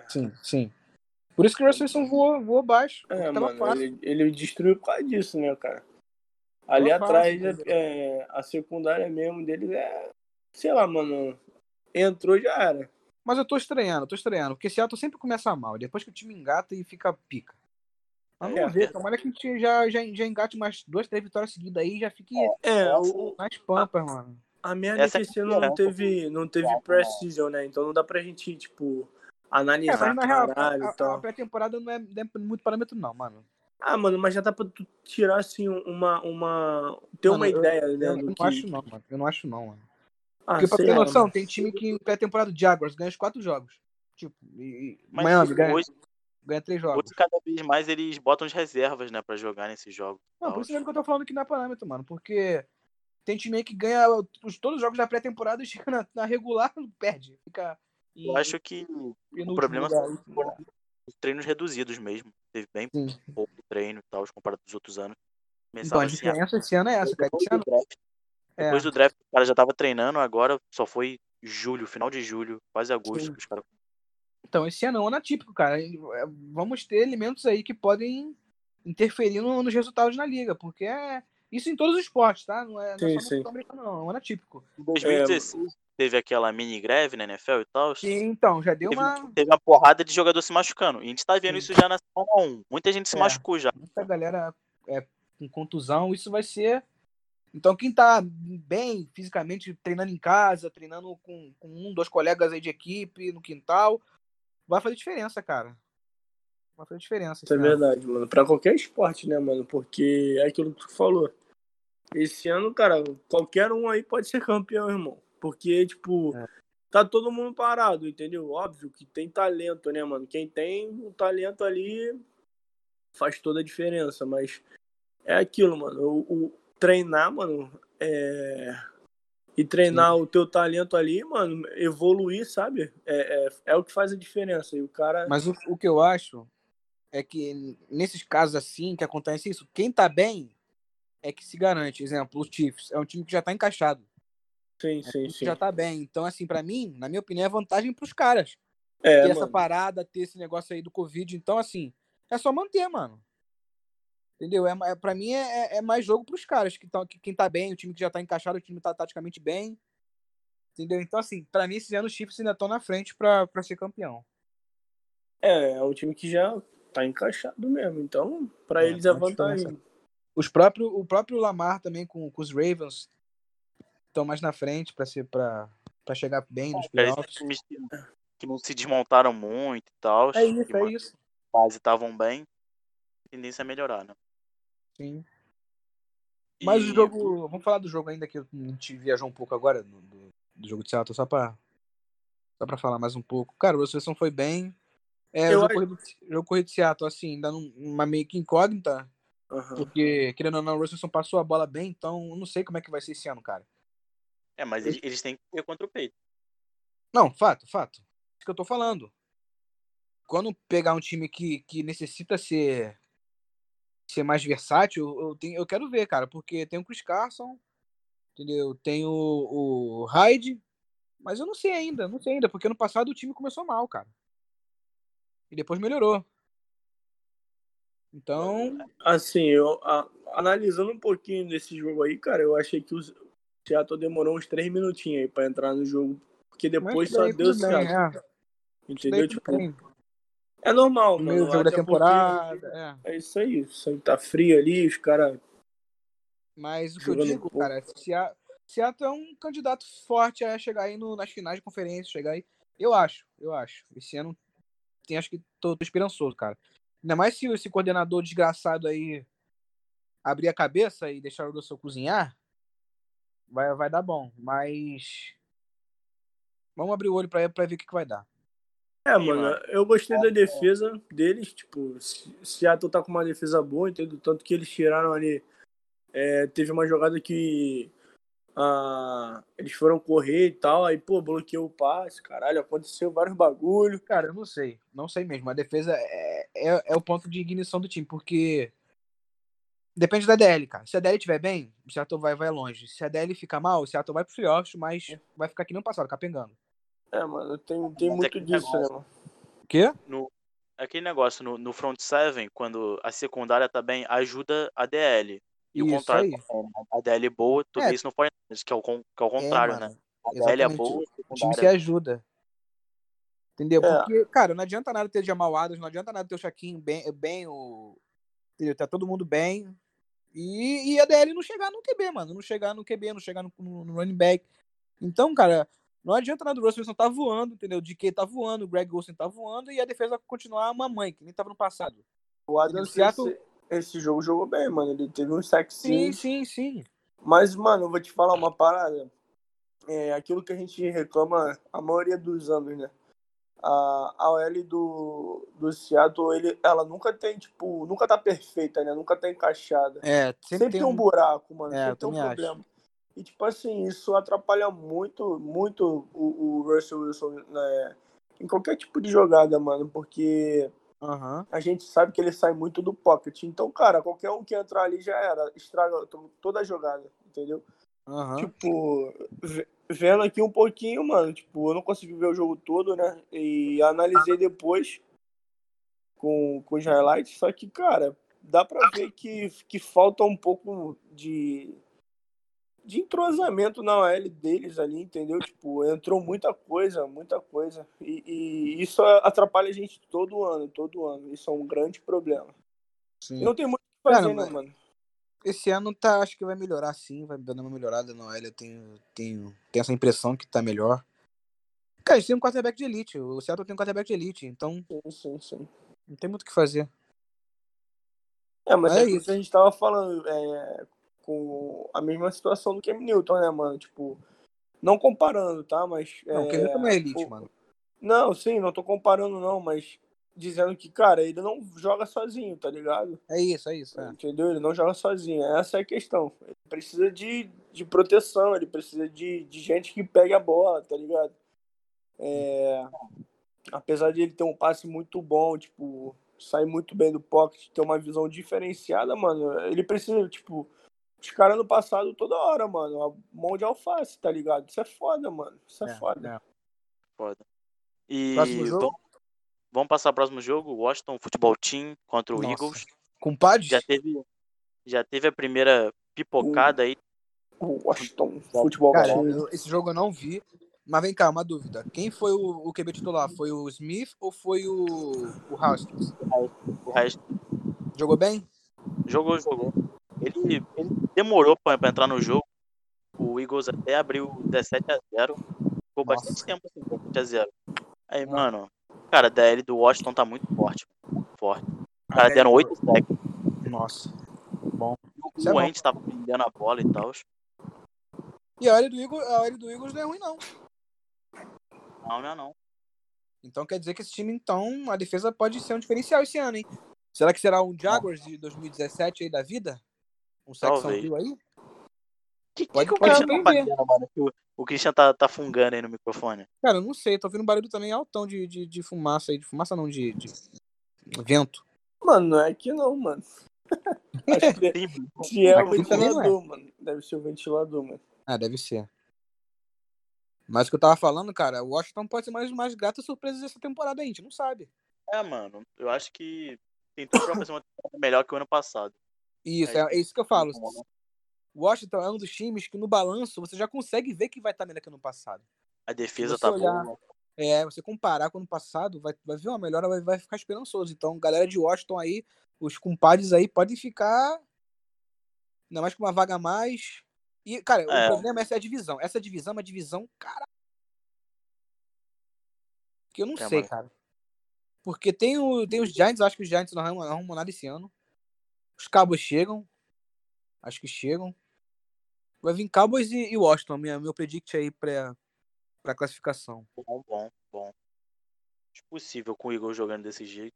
Sim, sim. Por isso que o Russell Wilson voou, voou baixo.
É,
porque tava
mano,
fácil.
ele, ele destruiu por causa disso, né, cara? Ali
Tava
atrás,
fácil,
é- é, a secundária mesmo deles é. Sei lá, mano. Entrou já era.
Mas eu tô estranhando, tô estranhando. Porque Seattle sempre começa mal. Depois que o time engata e fica pica. Mas
É,
vamos ver, tomara que a gente já, já, já engate umas duas, três vitórias seguidas aí e já fique
É, o,
nas pampas, mano.
a merda
Essa
é que
é
esse
a
ano não
diferença
teve, não teve precision, né? Então não dá pra gente, tipo,
É,
analisar
mas na real, a,
caralho então. e
a- a
tal.
pré-temporada não é, não é muito parâmetro, não, mano.
Ah, mano, mas já dá pra tu tirar, assim, uma. uma ter
Mano,
uma
eu-
ideia, né?
Eu,
do
não
que...
acho, não, mano. Eu não acho, não, mano.
Ah,
Porque pra
sei
ter
lá,
noção,
mano.
tem time que em pré-temporada, o Jaguars, ganha os quatro jogos. Tipo, e, e
Mas
Miami
tipo,
ganha,
hoje,
ganha três jogos.
hoje, cada vez mais, eles botam as reservas, né, pra jogar nesse jogo.
Não, por isso mesmo que
tipo
eu tô falando que não é parâmetro, mano. Porque tem time aí que ganha os, todos os jogos da pré-temporada e chega na, na regular, perde. Fica. em-
Eu acho que
em
o
último
problema é
lugar,
são
último lugar.
os treinos reduzidos mesmo. Teve bem
Sim.
pouco treino e tal, comparado aos outros anos.
Então,
Começava
a
assim, ah,
diferença esse ano é essa, cara.
depois
Esse
do
ano
draft,
é.
depois do draft, o cara já tava treinando, agora só foi julho, final de julho, quase agosto,
Sim.
que os caras
é, Então, esse ano é um ano atípico, cara. E, é, Vamos ter elementos aí que podem interferindo nos resultados na liga, porque é isso em todos os esportes, tá? Não é, não
Sim,
é só
sim.
no americano, não, não é típico.
Em 2016 teve aquela mini greve na NFL e tal.
E, então, já deu
Teve, um
uma.
teve uma porrada de jogador se machucando. E a gente tá vendo
Sim.
isso já na Fórmula 1. Muita gente se
É.
machucou já.
Muita galera é, com contusão, isso vai ser. Então, quem tá bem fisicamente, treinando em casa, treinando com, com um, dois colegas aí de equipe, no quintal, vai fazer diferença, cara. Vai fazer diferença.
Isso é
esse ano.
verdade, mano. Pra qualquer esporte, né, mano? Porque é aquilo que tu falou. Esse ano, cara, qualquer um aí pode ser campeão, irmão. Porque, tipo,
É.
tá todo mundo parado, entendeu? Óbvio que tem talento, né, mano? Quem tem o talento ali faz toda a diferença, mas é aquilo, mano. O, o treinar, mano, é. E treinar o teu talento ali, mano, evoluir, sabe? É, é, é o que faz a diferença. E o cara.
Mas o, o que eu acho é que nesses casos assim que acontece isso, quem tá bem é que se garante. Exemplo, o Chiefs é um time que já tá encaixado,
Sim,
é um
sim,
time que
sim.
já tá bem. Então assim, pra mim, na minha opinião, é vantagem pros caras
É,
ter essa
mano.
parada, ter esse negócio aí do Covid. Então assim, é só manter, mano. Entendeu? É, ma- é, pra mim é, é- é mais jogo pros caras que, tão, que quem tá bem, o time que já tá encaixado, o time tá taticamente bem. Entendeu? Então, assim, pra mim, esse ano os Chiefs ainda estão na frente pra, pra ser campeão.
É, é um time que já tá encaixado mesmo. Então, pra
É,
eles é
faz diferença.
vantagem.
Os próprio, o próprio Lamar também com, com os Ravens estão mais na frente pra ser para chegar bem nos
Cara,
playoffs.
esses times que, que não se desmontaram muito e tal.
É isso,
que
é isso.
base estavam bem. A tendência é melhorar, né?
Sim. Mas
E-
o jogo. Vamos falar do jogo ainda que a gente viajou um pouco agora do, do- do jogo de Seattle, só pra, só pra falar mais um pouco. Cara, o Russell Wilson foi bem. É,
Eu
o jogo
acho-
corrido, o jogo corrido de Seattle, assim, ainda num- uma meio que incógnita,
Aham.
porque, querendo ou não, o Russell Wilson passou a bola bem, então eu não sei como é que vai ser esse ano, cara.
É, mas eles, eles têm que correr contra o peito.
Não, fato, fato. Isso que eu tô falando. Quando pegar um time que, que necessita ser, ser mais versátil, eu, tenho, eu quero ver, cara, porque tem o Chris Carson, entendeu? Tem o, o Hyde, mas eu não sei ainda, não sei ainda, porque ano passado o time começou mal, cara. E depois melhorou. Então,
Assim, eu a- analisando um pouquinho desse jogo aí, cara, eu achei que o Seattle demorou uns três minutinhos aí pra entrar no jogo. Porque
mas
É, depois
isso
só
daí
deu
tudo bem,
Seattle.
é. Isso daí
Entendeu?
tudo
Tipo,
bem.
é normal,
No meio
mano.
do jogo da
até porque
temporada, é.
É isso aí. Isso aí tá frio ali, os caras.
Mas o que eu
Jogando
digo,
pouco.
cara, Sea- Seattle é um candidato forte a chegar aí no, nas finais de conferência, chegar aí. Eu acho, eu acho. Esse ano tem, acho que tô, tô esperançoso, cara. Ainda mais se esse coordenador desgraçado aí abrir a cabeça e deixar o Russell cozinhar, vai, vai dar bom. Mas vamos abrir o olho pra, pra ver o que, que vai dar.
É,
Sim,
mano,
mano.
eu gostei da
é.
defesa deles, tipo, Se- Seattle tá com uma defesa boa, entendeu? Tanto que eles tiraram ali. é, teve uma jogada que ah, eles foram correr e tal, aí, pô, bloqueou o passe, caralho, aconteceu vários bagulho.
Cara, eu não sei. Não sei mesmo. A defesa é, é, é o ponto de ignição do time, porque depende da DL, cara. Se a DL estiver bem, o Seattle vai, vai longe. Se a DL ficar mal, o Seattle vai pros playoffs, mas
É.
vai ficar que nem o passado, capengando.
É, mano, tem, tem
Mas é
muito
que
disso, né,
negócio.
mano?
O quê?
No, aquele negócio no, no front seven, quando a secundária tá bem, ajuda a DL. E o
Isso
contrário,
aí.
também, né? a DL boa, tu
É.
vê isso no Fortnite, que é o, con- que é o
É,
contrário, né?
mano.
A DL é
Exatamente.
boa, a
O time
secundária
se ajuda. Entendeu?
É.
Porque, cara, não adianta nada ter Jamal Adams, não adianta nada ter o Shaquinho bem, bem o... Entendeu? Tá todo mundo bem. E, e a DL não chegar no QB, mano. Não chegar no QB, não chegar no, no- no running back. Então, cara, não adianta nada. O Russell Wilson tá voando, entendeu? O DK tá voando, o Greg Olsen tá voando e a defesa continuar a mamãe, que nem tava no passado.
O Adams,
Seattle-
esse, esse jogo jogou bem, mano, ele teve um
Sim,
sexinho.
sim, sim.
Mas, mano, eu vou te falar uma parada. É aquilo que a gente reclama a maioria dos anos, né? A, a OL do, do Seattle, ele, ela nunca tem, tipo, nunca tá perfeita, né? Nunca tá encaixada.
É, sempre,
Sempre,
tem
tem um
um...
buraco, mano.
É, eu
sempre tem um
também acho.
problema. E, tipo assim, isso atrapalha muito, muito o, o Russell Wilson né? em qualquer tipo de jogada, mano. Porque
Aham.
a gente sabe que ele sai muito do pocket. Então, cara, qualquer um que entrar ali já era. Estraga to- toda a jogada, entendeu?
Aham.
Tipo, ve- vendo aqui um pouquinho, mano. Tipo, eu não consegui ver o jogo todo, né? E analisei depois com, com os highlights. Só que, cara, dá pra ver que, que falta um pouco de, de entrosamento na OL deles ali, entendeu? Tipo, entrou muita coisa, muita coisa. E, e isso atrapalha a gente todo ano, todo ano. Isso é um grande problema.
Sim.
E não tem muito o que fazer,
Cara,
né,
mas-
mano?
Esse ano tá, acho que vai melhorar sim, vai dando uma melhorada na OL, eu tenho, tenho, tenho essa impressão que tá melhor. Cara, eles têm um quarterback de elite, o Seattle tem um quarterback de elite, então
Sim, sim, sim.
não tem muito o que fazer.
É, mas
É
é, isso
isso.
que a gente tava falando, é, com a mesma situação do Cam Newton, né, mano? Tipo, não comparando, tá? Mas.
Não,
é,
quem não é elite,
o-
mano.
Não, sim, não tô comparando, não, mas dizendo que, cara, ele não joga sozinho, tá ligado?
É isso, é isso. é.
Entendeu? Ele não joga sozinho. Essa é a questão. Ele precisa de, de proteção, ele precisa de, de gente que pegue a bola, tá ligado? É, Apesar de ele ter um passe muito bom, tipo, sair muito bem do pocket, ter uma visão diferenciada, mano, ele precisa, tipo, os caras no passado toda hora, mano, a mão de alface, tá ligado? Isso é foda, mano. Isso é,
É,
foda.
é.
Foda. E
Próximo jogo?
vamos, vamos passar ao próximo jogo, Washington Football Team contra o
Nossa.
Eagles.
Compadres?
Já teve, já teve a primeira pipocada aí.
O Washington Futebol
Cara,
Team.
eu- esse jogo eu não vi. Mas vem cá, uma dúvida. Quem foi o, o QB titular? Foi o Smith ou foi o, o Haskins?
O resto
Jogou bem?
jogou, jogou. Ele, ele demorou pra pra entrar no jogo. O Eagles até abriu 17 a 0 Ficou
Nossa.
bastante tempo assim, 17 a 0 Aí,
Ah.
mano, cara, a DL do Washington tá muito forte. Muito forte. Os
Ah,
caras
é,
deram
pô.
8 sacks.
Nossa. Isso é
O
bom.
Ant tava prendendo a bola e tal.
E a área do Eagles, a área do Eagles não é ruim, não.
Não, não, é não.
Então quer dizer que esse time, então, a defesa pode ser um diferencial esse ano, hein? Será que será um Jaguars de 2017 aí da vida? Um Saxon
Talvez.
Hill aí?
Que, que
Pode-
que o
pode
Christian tá
aprender.
fazendo, mano? Que O, o Christian tá, tá fungando aí no microfone.
Cara, eu não sei. Tô ouvindo um barulho também altão de, de, de fumaça aí. De fumaça não, de, de vento.
Mano, não é aqui não, mano.
Sim,
Se é o
Aqui também não é.
ventilador, mano. Deve ser o ventilador, mano.
Ah, deve ser. Mas o que eu tava falando, cara, o Washington pode ser mais, mais grata surpresa dessa temporada aí, a gente não sabe.
é, mano. Eu acho que tem tudo pra fazer uma temporada melhor que o ano passado.
Isso,
É,
é, é isso que eu falo. Washington é um dos times que no balanço você já consegue ver que vai estar melhor que no passado.
A defesa
Se você
tá
olhar-
boa.
É, você comparar com o ano passado, vai, vai ver uma melhora, vai, vai ficar esperançoso. Então, galera de Washington aí, os compadres aí podem ficar ainda mais com uma vaga a mais. E, cara,
É.
o problema é essa divisão. Essa divisão é uma divisão, cara. Que eu não
É,
sei,
mano.
cara. Porque tem, o, tem os Giants, acho que os Giants não arrumam, não arrumam nada esse ano. Os Cowboys chegam. Acho que chegam. Vai vir Cowboys e, e Washington, minha, meu predict aí pra, pra classificação.
Bom, bom, bom. Impossível com o Eagles jogando desse jeito.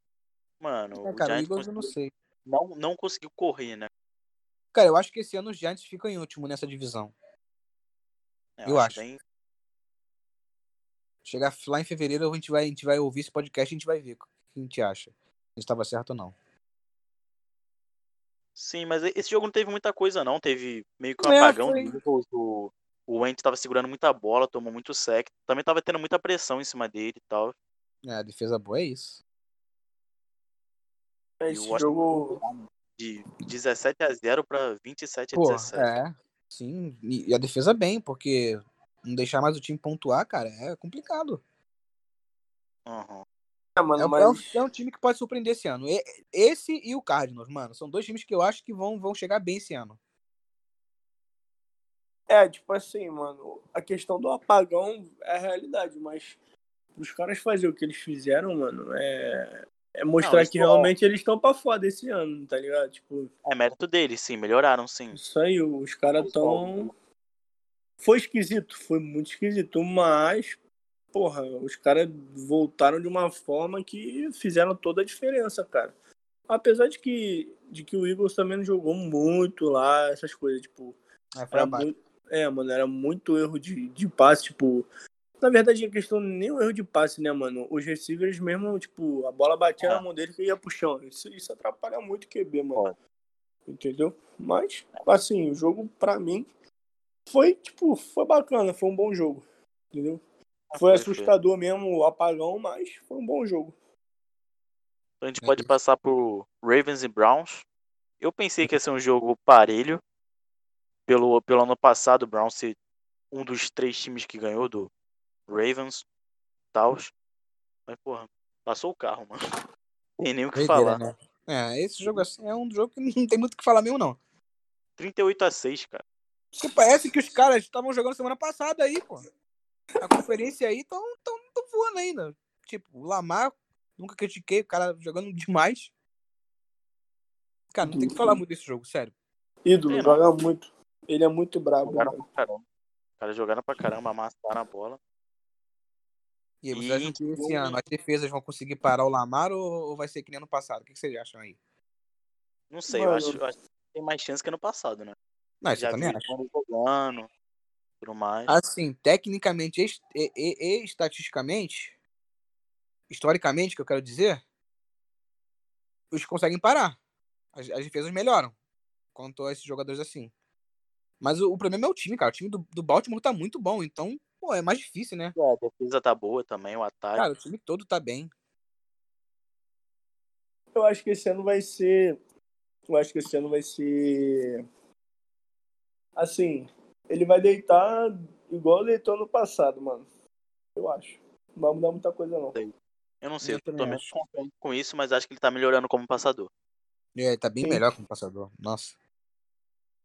Mano,
É,
Então, o
cara, o
Giants
Eagles eu não
conseguiu-
sei.
não, não conseguiu correr, né?
Cara, eu acho que esse ano os Giants ficam em último nessa divisão. Eu acho.
É, Bem,
Chegar lá em fevereiro, a gente vai, a gente vai ouvir esse podcast e a gente vai ver o que a gente acha. Se estava certo ou não.
Sim, mas e- esse jogo não teve muita coisa, não. Teve meio que um
É,
apagão
foi.
do Eagles. O, o Ant tava segurando muita bola, tomou muito sec. Também tava tendo muita pressão em cima dele e tal.
É, a defesa boa é isso.
é Esse
Eu acho-
jogo.
De 17 a 0 pra 27 a
Pô,
17.
é. Sim, e e a defesa bem, porque não deixar mais o time pontuar, cara, é complicado.
Aham.
É,
É,
mano,
um- é um,
mas.
é um time que pode surpreender esse ano. E- esse e o Cardinals, mano, são dois times que eu acho que vão, vão chegar bem esse ano.
É, tipo assim, mano. A questão do apagão é a realidade, mas os caras fazer o que eles fizeram, mano, é. É mostrar
Não, isso
que
é-
realmente eles estão pra foda esse ano, tá ligado? Tipo,
É mérito deles, sim. Melhoraram, sim.
isso aí, os caras tão. Foi esquisito, foi muito esquisito, mas, porra, os caras voltaram de uma forma que fizeram toda a diferença, cara. Apesar de que, de que o Eagles também não jogou muito lá, essas coisas, tipo,
É, foi
era
abaixo.
muito, é, mano, era muito erro de, de passe, tipo, na verdade a questão nem o erro de passe, né, mano, os receivers mesmo, tipo, a bola batia na
É.
mão dele que ia pro chão, isso, isso atrapalha muito o QB, mano,
Ó.
entendeu? Mas, assim, o jogo pra mim foi, tipo, foi bacana, foi um bom jogo, entendeu? Foi
foi.
assustador mesmo o apagão, mas foi um bom jogo.
Então a gente
É
pode
isso.
passar pro Ravens e Browns. Eu pensei que ia ser um jogo parelho. Pelo, pelo ano passado, o Browns ser um dos três times que ganhou do Ravens, Taos. Mas, porra, passou o carro, mano. Tem nem o que falar.
Doideira, né? É, esse jogo assim é um jogo que não tem muito o que falar mesmo, não.
38 a 6 cara.
Porque parece que os caras estavam jogando semana passada aí, pô. A conferência aí tão, tão, tão voando ainda. Tipo, o Lamar, nunca critiquei, o cara jogando demais. Cara, não tem o que falar muito desse jogo, sério.
Ídolo,
É,
joga muito. Ele é muito brabo.
Jogaram
mano.
pra caramba. Os caras jogaram pra caramba, amassaram a bola.
E aí, vocês
E
acham que esse
eu-
ano as defesas vão conseguir parar o Lamar ou, ou vai ser que nem ano passado? O que que vocês acham aí?
Não sei, eu
Mano.
acho, eu acho que tem mais chance que ano passado, né?
Não, Ah, isso
Já
eu
vi
também
o
acho.
Jones jogando, tudo mais.
Assim, tecnicamente e, e- e- e estatisticamente, historicamente, que eu quero dizer, os conseguem parar. As, as defesas melhoram quanto a esses jogadores assim. Mas o, o problema é o time, cara. O time do, do Baltimore tá muito bom, então, pô, é mais difícil, né?
É, a defesa tá boa também, o ataque.
Cara, o time todo tá bem.
Eu acho que esse ano vai ser. Eu acho que esse ano vai ser. Assim, ele vai deitar igual deitou no passado, mano. Eu acho. Não vai mudar muita coisa, não.
eu não sei,
eu
eu tô
também
menos confiante com isso, mas acho que ele tá melhorando como passador.
É, tá bem
Sim.
melhor como passador. Nossa.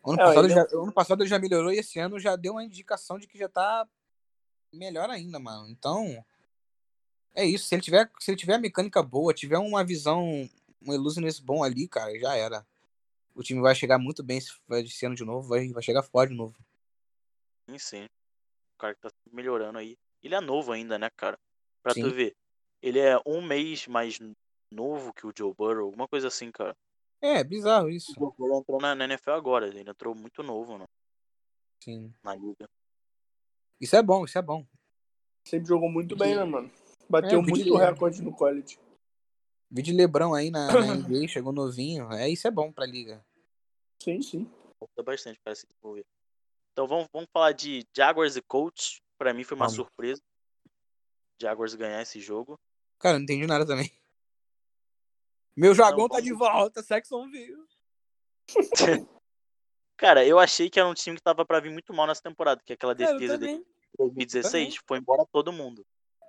Ano
É,
passado,
ele
já, ano passado ele já melhorou e esse ano já deu uma indicação de que já tá melhor ainda, mano. Então, é isso. Se ele tiver, se ele tiver a mecânica boa, tiver uma visão, um illusionist bom ali, cara, já era. O time vai chegar muito bem esse, esse ano de novo, vai, vai chegar forte de novo.
Sim, sim. O cara que tá sempre melhorando aí. Ele é novo ainda, né, cara? Pra
Sim.
tu ver. Ele é um mês mais novo que o Joe Burrow, alguma coisa assim, cara.
É, bizarro isso.
O Joe Burrow entrou na na NFL agora, ele entrou muito novo na-
Sim.
na liga.
Isso é bom, isso é bom.
sempre jogou muito bem, né, mano? Bateu
É, o
muito
Vitinho.
recorde no college.
Vi de Lebrão aí na, na NBA, chegou novinho. É, isso é bom pra liga.
Sim, sim.
Falta bastante para se desenvolver. Então vamos, vamos falar de Jaguars e Colts. Pra mim foi uma
Vamos.
surpresa. Jaguars ganhar esse jogo.
Cara, não entendi nada também. Meu jogão
Não,
tá de volta, Sexton veio.
Cara, eu achei que era um time que tava pra vir muito mal nessa temporada, que é aquela
Cara, É, eu
defesa de
também.
2016 foi embora todo mundo.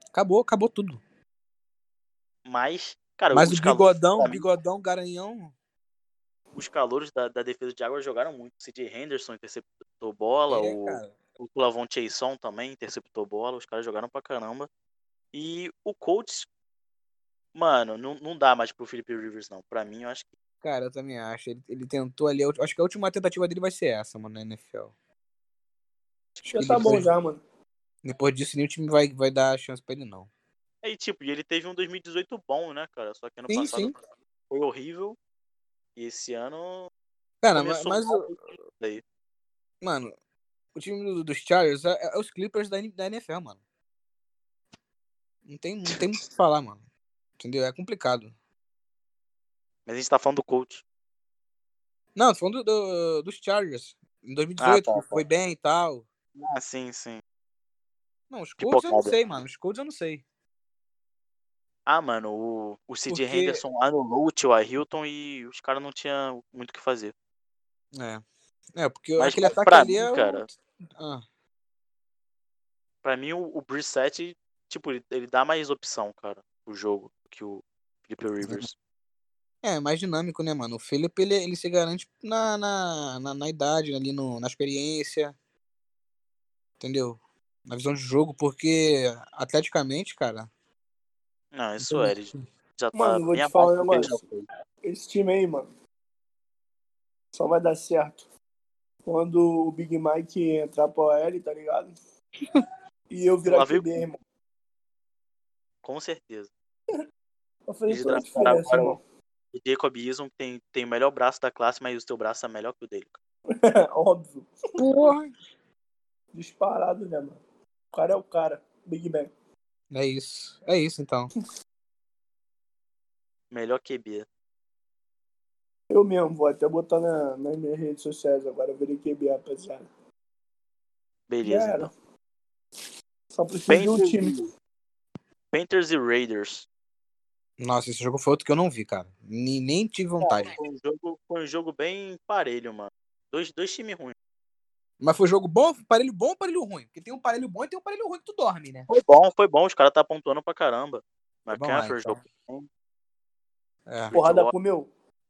Acabou, acabou tudo.
Mas, cara,
Mas
os,
o
calou-
bigodão,
pra
o
mim.
bigodão, garanhão.
os calouros da, da defesa de Jaguars jogaram muito. C.J. Henderson interceptou bola,
é,
o,
cara.
o Clavon Chason também interceptou bola, os caras jogaram pra caramba. E o Colts, mano, não, não dá mais pro Felipe Rivers, não. Pra mim, eu acho que
Cara, eu também acho. Ele, ele tentou ali. a ulti- Acho que a última tentativa dele vai ser essa, mano, na NFL. Acho
Já
que
tá bom
depois,
já, mano.
depois disso nenhum time vai, vai dar chance pra ele, não.
E tipo, e ele teve um 2018 bom, né, cara? Só que ano
Sim,
passado
sim.
foi horrível. E esse ano
Cara, ma-
começou
mas,
mal.
o-
Daí.
mano, o time do- dos Chargers é, é os Clippers da, N- da NFL, mano. Não tem, não tem muito o que falar, mano. Entendeu? É complicado.
Mas a gente tá falando do coach.
Não, tô falando do- do- dos Chargers. Em 2018,
Ah, tá,
que foi bem e tal.
Ah, sim, sim.
Não, os
Que
Colts eu não
bocada.
sei, mano. Os Colts eu não sei.
Ah, mano, o, o C.J.
Porque-
Henderson anulou o Tio Hilton e os caras não tinham muito o que fazer.
É. É, porque
Mas
aquele ataque
pra
ali
mim,
é o...
cara,
Ah,
pra mim o, o Brissett, tipo, ele, ele dá mais opção, cara, pro jogo que o Felipe
Uhum.
Rivers.
é, mais dinâmico, né, mano? O Philip, ele, ele se garante na, na, na, na idade, ali no, na experiência. Entendeu? Na visão de jogo, porque atleticamente, cara...
Não,
não
isso
tem
é,
muito-
ele já tá
Mano, vou
bem
te
abaixo
falar um
do que ele já
negócio.
foi.
Esse time aí, mano, só vai dar certo quando o Big Mike entrar pro OL, tá ligado? E eu virar
Lá veio-
QB, irmão.
Com certeza.
Eu falei
Eles
toda a
draftaram
diferença,
agora
irmão.
O Jacob Eason tem, tem o melhor braço da classe, mas o teu braço é melhor que o dele. cara.
Óbvio.
Porra!
Disparado, né, mano? O cara é o cara. Big Ben.
É isso. É isso, então.
Melhor QB.
Eu mesmo, vou até botar na, nas minhas redes sociais agora. Eu virei QB, rapaziada.
Beleza.
Já era.
então.
Só preciso de um
Panthers,
time.
Panthers e Raiders.
Nossa, esse jogo foi outro que eu não vi, cara. Nem, nem tive vontade.
Foi um jogo, foi um jogo bem parelho, mano. Dois, dois times ruins.
Mas foi jogo bom, parelho bom ou parelho ruim? Porque tem um parelho bom e tem um parelho ruim que tu dorme, né?
Foi bom, foi bom. Os caras tá pontuando pra caramba. Mas
Vamos
quem
lá,
foi o
então.
jogo bom,
É.
Porrada comeu.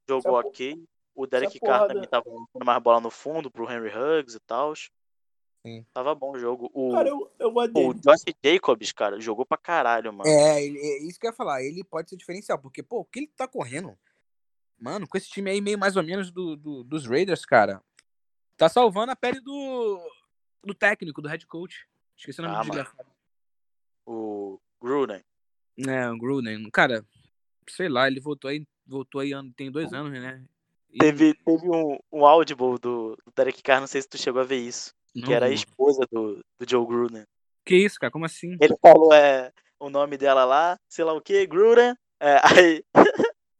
jogo
Essa
ok. O Derek
essa
Carr
porrada-
também tava dando mais bola no fundo pro Henry Huggs e tal.
Sim.
Tava bom o jogo. O,
Cara, eu, eu gosto
o
dele.
Josh Jacobs, cara, jogou pra caralho, mano.
É, ele- é isso que eu ia falar. Ele pode ser diferencial, porque, pô, o que ele tá correndo? Mano, com esse time aí meio mais ou menos do, do- dos Raiders, cara, tá salvando a pele do, do técnico, do head coach. Esqueci o nome
Ah,
do
mano.
desgraçado.
O Gruden.
É, o Gruden. Cara, sei lá, ele voltou aí, voltou aí ano- tem dois anos, né? E
Teve, teve um, um audible do, do Derek Carr, não sei se tu chegou a ver isso.
não-
Que era a esposa do, do Joe Gruden.
Que isso, cara? Como assim?
Ele falou é, o nome dela lá, sei lá o que, Gruden. É, aí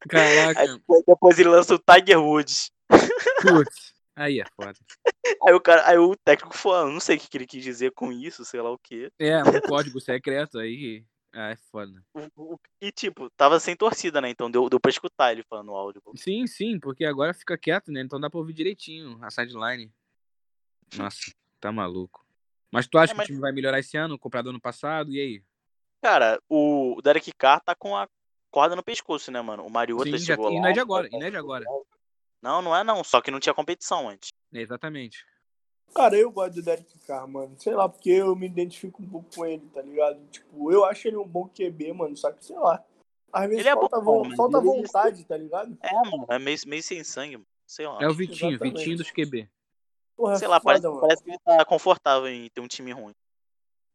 Caraca,
depois ele lança o Tiger Woods.
putz. Aí é foda.
Aí o, cara, aí o técnico falou, "Ah, não sei o que que ele quis dizer com isso, sei lá o que.
É, um código secreto aí. Ah, é foda.
E tipo, tava sem torcida, né? Então deu, deu pra escutar ele falando o áudio.
Sim, sim, porque agora fica quieto, né? Então dá pra ouvir direitinho a sideline. Nossa, tá maluco. Mas tu acha
É, mas-
que o time vai melhorar esse ano, comprado ano passado? E aí?
Cara, o Derek Carr tá com a corda no pescoço, né, mano? O Mariota
Sim, já,
chegou
e
lá.
não é de agora, e não é de agora.
Não, não é não, só que não tinha competição antes.
É, exatamente.
Cara, eu gosto do Derek Carr, mano. Sei lá, porque eu me identifico um pouco com ele, tá ligado? Tipo, eu acho ele um bom QB, mano. Só que, sei lá. Às vezes
Ele é
falta,
bom,
vo-
mas
falta
ele-
vontade, tá ligado?
É, mano, é meio, meio sem sangue, mano. sei lá.
É o Vitinho,
Exatamente.
Vitinho dos QB.
Porra,
Sei lá,
foda,
parece,
mano.
parece que ele tá confortável em ter um time ruim.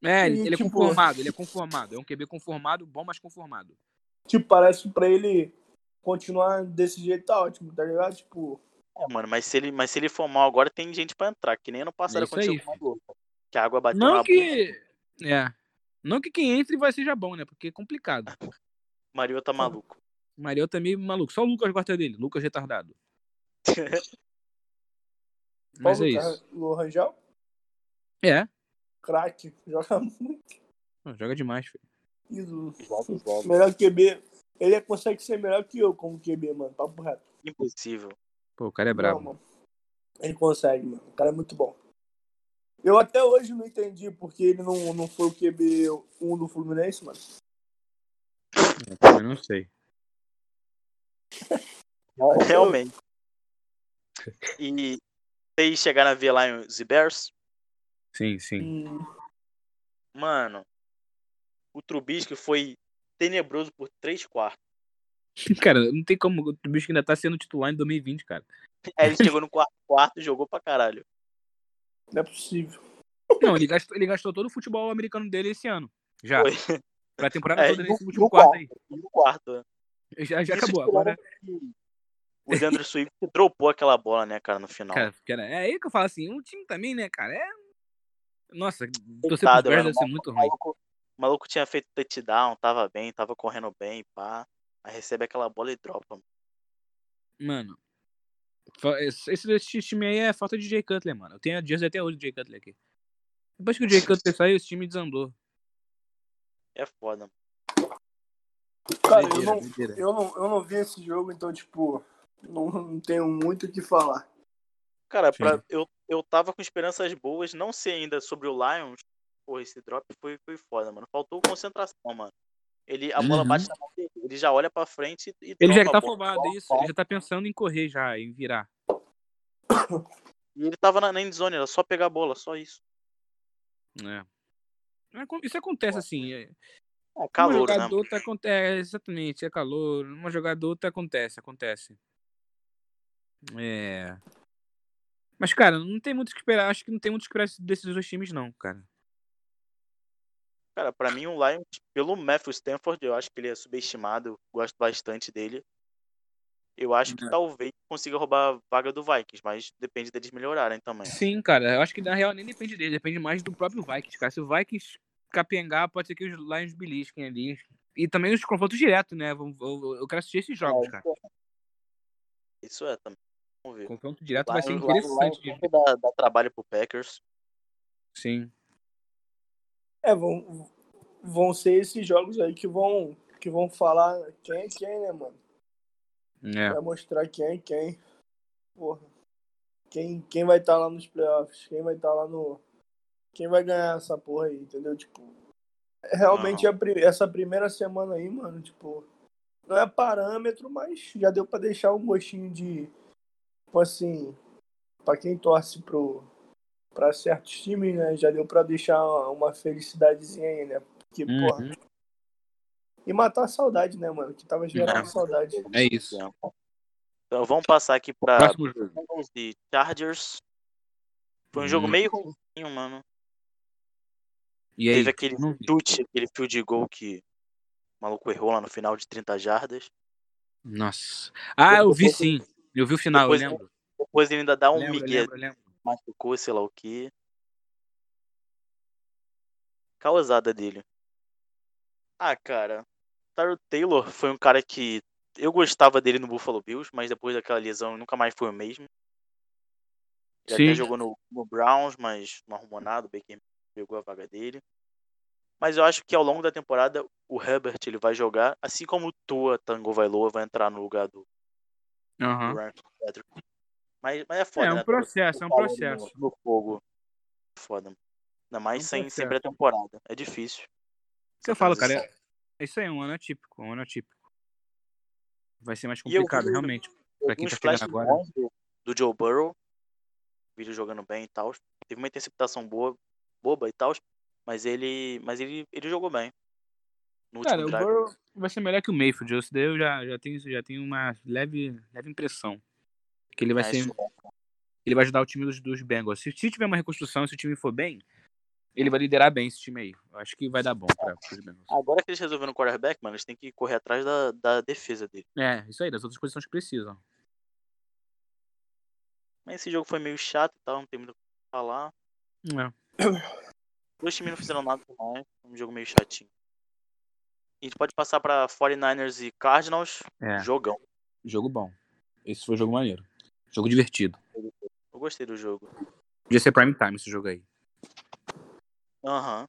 É,
E,
ele, ele é
tipo-
conformado, ele é conformado. É um QB conformado, bom, mas conformado.
Tipo, parece que pra ele continuar desse jeito tá ótimo, tá ligado? Tipo,
É, mano, mas se, ele, mas se ele for mal agora, tem gente pra entrar, que nem ano passado
É isso
aconteceu
aí,
com o Maluco. Que a água bateu
Não
na bunda,
que. É. Não que quem entre vai seja bom, né? Porque é complicado.
o Mariota maluco.
O Mariota tá meio maluco. Só o Lucas gosta dele. Lucas retardado. Mas é
Paulo
isso.
Car- o Rangel,
É.
craque, joga muito.
Pô, Joga demais, filho.
Isso.
Joga, joga.
Melhor QB. Ele é- consegue ser melhor que eu como QB, mano. Papo reto.
Impossível.
Pô, o cara é
Não,
brabo.
mano. Ele consegue, mano. O cara é muito bom. Eu até hoje não entendi porque ele não, não foi o QB 1 do Fluminense, mano.
Eu não sei.
Realmente. E vocês chegaram a ver lá em Zibers?
Sim, sim.
Hum,
Mano, o Trubisky foi tenebroso por três quartos.
Cara, não tem como. O bicho ainda tá sendo titular em 2020, cara.
Aí ele chegou no quarto quarto e jogou pra caralho.
não é possível.
Não, ele gastou, ele gastou todo o futebol americano dele esse ano. Já.
Foi.
Pra temporada
É,
toda
e
nesse
no-
último
no
quarto aí.
E no quarto, né?
Já, já
Isso
acabou.
tirando
Agora,
que O Deandre Swift dropou aquela bola, né, cara, no final.
cara, cara, é aí que eu falo assim, um time também, né, cara? É. Nossa, torcer pros
Coitado,
Bears
mano,
deve ser muito
O
ruim.
maluco, o maluco tinha feito touchdown, tava bem, tava correndo bem, pá. Aí recebe aquela bola e dropa. mano.
Mano. fa- Esse, esse time aí é falta de Jay Cutler, mano. Eu tenho a dias até hoje do Jay Cutler aqui. Depois que o Jay Cutler saiu, esse time desandou.
É foda. mano.
Cara, eu
Doideira,
não,
doideira.
eu, não, eu não vi esse jogo, então, tipo, não, não tenho muito o que falar.
Cara,
Sim.
pra, eu, eu tava com esperanças boas, não sei ainda sobre o Lions. Porra, esse drop foi, foi foda, mano. Faltou concentração, mano. Ele, a bola
Uhum.
bate na mão dele, ele já olha pra frente e, e
Ele já
dropa
tá
a bola.
afobado, é isso. Ele já tá pensando em correr já, em virar.
E ele tava na, na endzone, era só pegar a bola, só isso.
né? Mas acon- Isso acontece assim. é-
É
Uma
calor,
jogada
né?
outra acontece. Exatamente, é calor. Uma jogada outra acontece, acontece. É. Mas, cara, não tem muito o que esperar. Acho que não tem muito o que esperar desses dois times, não, cara.
Cara, pra mim o Lions, pelo Matthew Stanford, eu acho que ele é subestimado, eu gosto bastante dele. Eu acho que
É.
talvez consiga roubar a vaga do Vikings, mas depende deles melhorarem também.
Sim, cara. Eu acho que na real nem depende dele. Depende mais do próprio Vikings, cara. Se o Vikings capengar, pode ser que os Lions belisquem ali. E também os confrontos diretos, né? Vamos- Eu eu- eu quero assistir esses jogos,
É.
cara.
Isso é também. Vamos ver.
Confronto direto vai ser
Lions- Lions-
interessante. de-
Lions sempre dá, dá trabalho pro Packers.
Sim.
É, vão, vão ser esses jogos aí que vão que vão falar quem é quem, né, mano?
É.
Vai mostrar quem é quem. Porra. Quem, quem vai estar lá nos playoffs? Quem vai estar lá no. Quem vai ganhar essa porra aí, entendeu? Tipo. Realmente a pri- essa primeira semana aí, mano, tipo. Não é parâmetro, mas já deu pra deixar um gostinho de. Tipo assim. Pra quem torce pro. Pra certos times, né? Já deu pra deixar uma felicidadezinha aí, né? Porque,
Uhum.
porra, e matar a saudade, né, mano? Que tava gerando
É.
saudade.
É isso.
Então vamos passar aqui pra
Próximo jogo.
Bengals e Chargers. Foi um jogo
Hum.
meio ruimzinho, mano.
E aí?
Teve aquele
Não vi.
chute, aquele field goal que o maluco errou lá no final de 30 jardas.
Nossa. Ah, eu vi
Depois-
sim. Eu vi o final,
depois-
eu lembro.
Depois ele ainda dá um
lembro,
migué,
lembro, lembro.
machucou, sei lá o que. Causada dele. Ah, cara. Tyro Taylor foi um cara que eu gostava dele no Buffalo Bills, mas depois daquela lesão nunca mais foi o mesmo. Ele até
Sim.
jogou no, no Browns, mas não arrumou nada. O Baker pegou a vaga dele. Mas eu acho que ao longo da temporada o Herbert ele vai jogar, assim como o Tua Tango Vailoa vai entrar no lugar do,
Aham.
do Ryan Fitzpatrick. Mas, mas é foda,
É
né?
um processo, é um
calor no-
processo.
No, fogo. Foda. Ainda mais
É
sem,
um
sem
processo.
pré-temporada. É difícil.
que eu falo, cara? É isso aí, é um ano atípico, um ano atípico. Vai ser mais
E eu
complicado,
vi-
realmente. Pra quem
Alguns
tá chegando
flashes
agora.
bons do, do Joe Burrow. Vi ele jogando bem e tal. Teve uma interceptação boa, boba e tal. Mas ele. Mas ele, ele jogou bem. No último
Cara, o
drive.
Burrow vai ser melhor que o Mayfield. Isso daí eu já, já, tenho, já tenho uma leve, leve impressão. Que ele vai,
É,
ser,
isso-
ele vai ajudar o time dos, dos Bengals. Se, se tiver uma reconstrução, se o time for bem, ele vai liderar bem esse time aí. Eu acho que vai dar bom pra, pros Bengals.
Agora que eles resolveram o quarterback, mano, eles têm que correr atrás da, da defesa dele.
É, isso aí, das outras posições que precisam.
Mas esse jogo foi meio chato e tal, não tem muito o que falar.
É.
Dois times não fizeram nada demais. Foi um jogo meio chatinho. A gente pode passar pra 49ers e Cardinals.
É.
Jogão.
Jogo bom. Esse foi um jogo maneiro. Jogo divertido.
Eu gostei do jogo.
Podia ser prime time esse jogo aí.
Aham.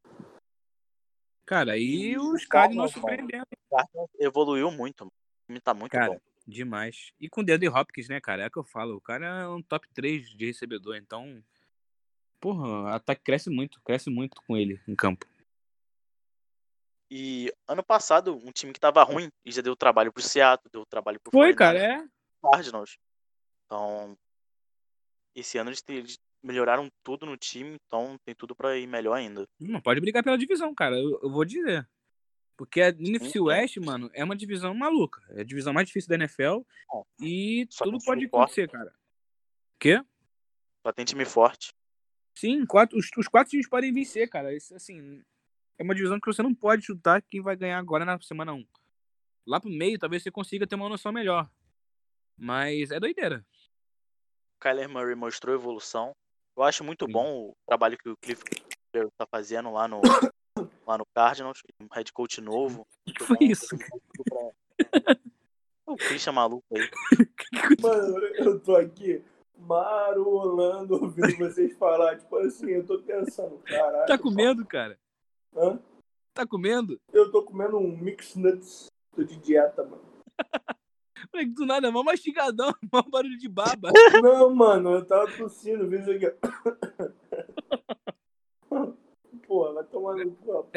Cara, e
Cardinals,
os Cardinals
mano.
surpreendendo.
Cardinals evoluiu muito, mano. O time tá muito
Cara,
bom.
demais. E com o Deandre Hopkins, né, cara? É o que eu falo. O cara é um top 3 de recebedor, então. Porra, o ataque cresce muito, cresce muito com ele em campo.
E ano passado, um time que tava ruim, e já deu trabalho pro Seattle, deu trabalho pro
Foi,
49ers,
cara, é.
Cardinals. Então, esse ano eles, te- eles melhoraram tudo no time, então tem tudo pra ir melhor ainda.
Não pode brigar pela divisão, cara. Eu, eu vou dizer. Porque a NFC
Uhum.
West, mano, é uma divisão maluca. É a divisão mais difícil da NFL.
Ó,
E
só
tudo
que
pode
o Forte-
acontecer, cara. Quê?
Só tem time forte.
Sim, quatro, os, os quatro times podem vencer, cara. Isso, assim, é uma divisão que você não pode chutar quem vai ganhar agora na semana 1. Lá pro meio, talvez você consiga ter uma noção melhor. Mas é doideira.
Kyler Murray mostrou evolução. Eu acho muito
Sim.
bom o trabalho que o Cliff Kingsbury tá fazendo lá no, lá no Cardinals, um head coach novo.
O que foi isso?
O Christian é maluco aí.
Mano, eu tô aqui marolando ouvindo vocês falar. Tipo assim, eu tô pensando, caralho.
Tá comendo, cara?
hã?
Tá comendo?
Eu tô comendo um mix nuts. Tô de dieta, mano.
Moleque, do nada, mó mastigadão, mó barulho de baba.
Não, mano, eu tava tossindo, vi isso aqui. Porra, vai tomar no cu.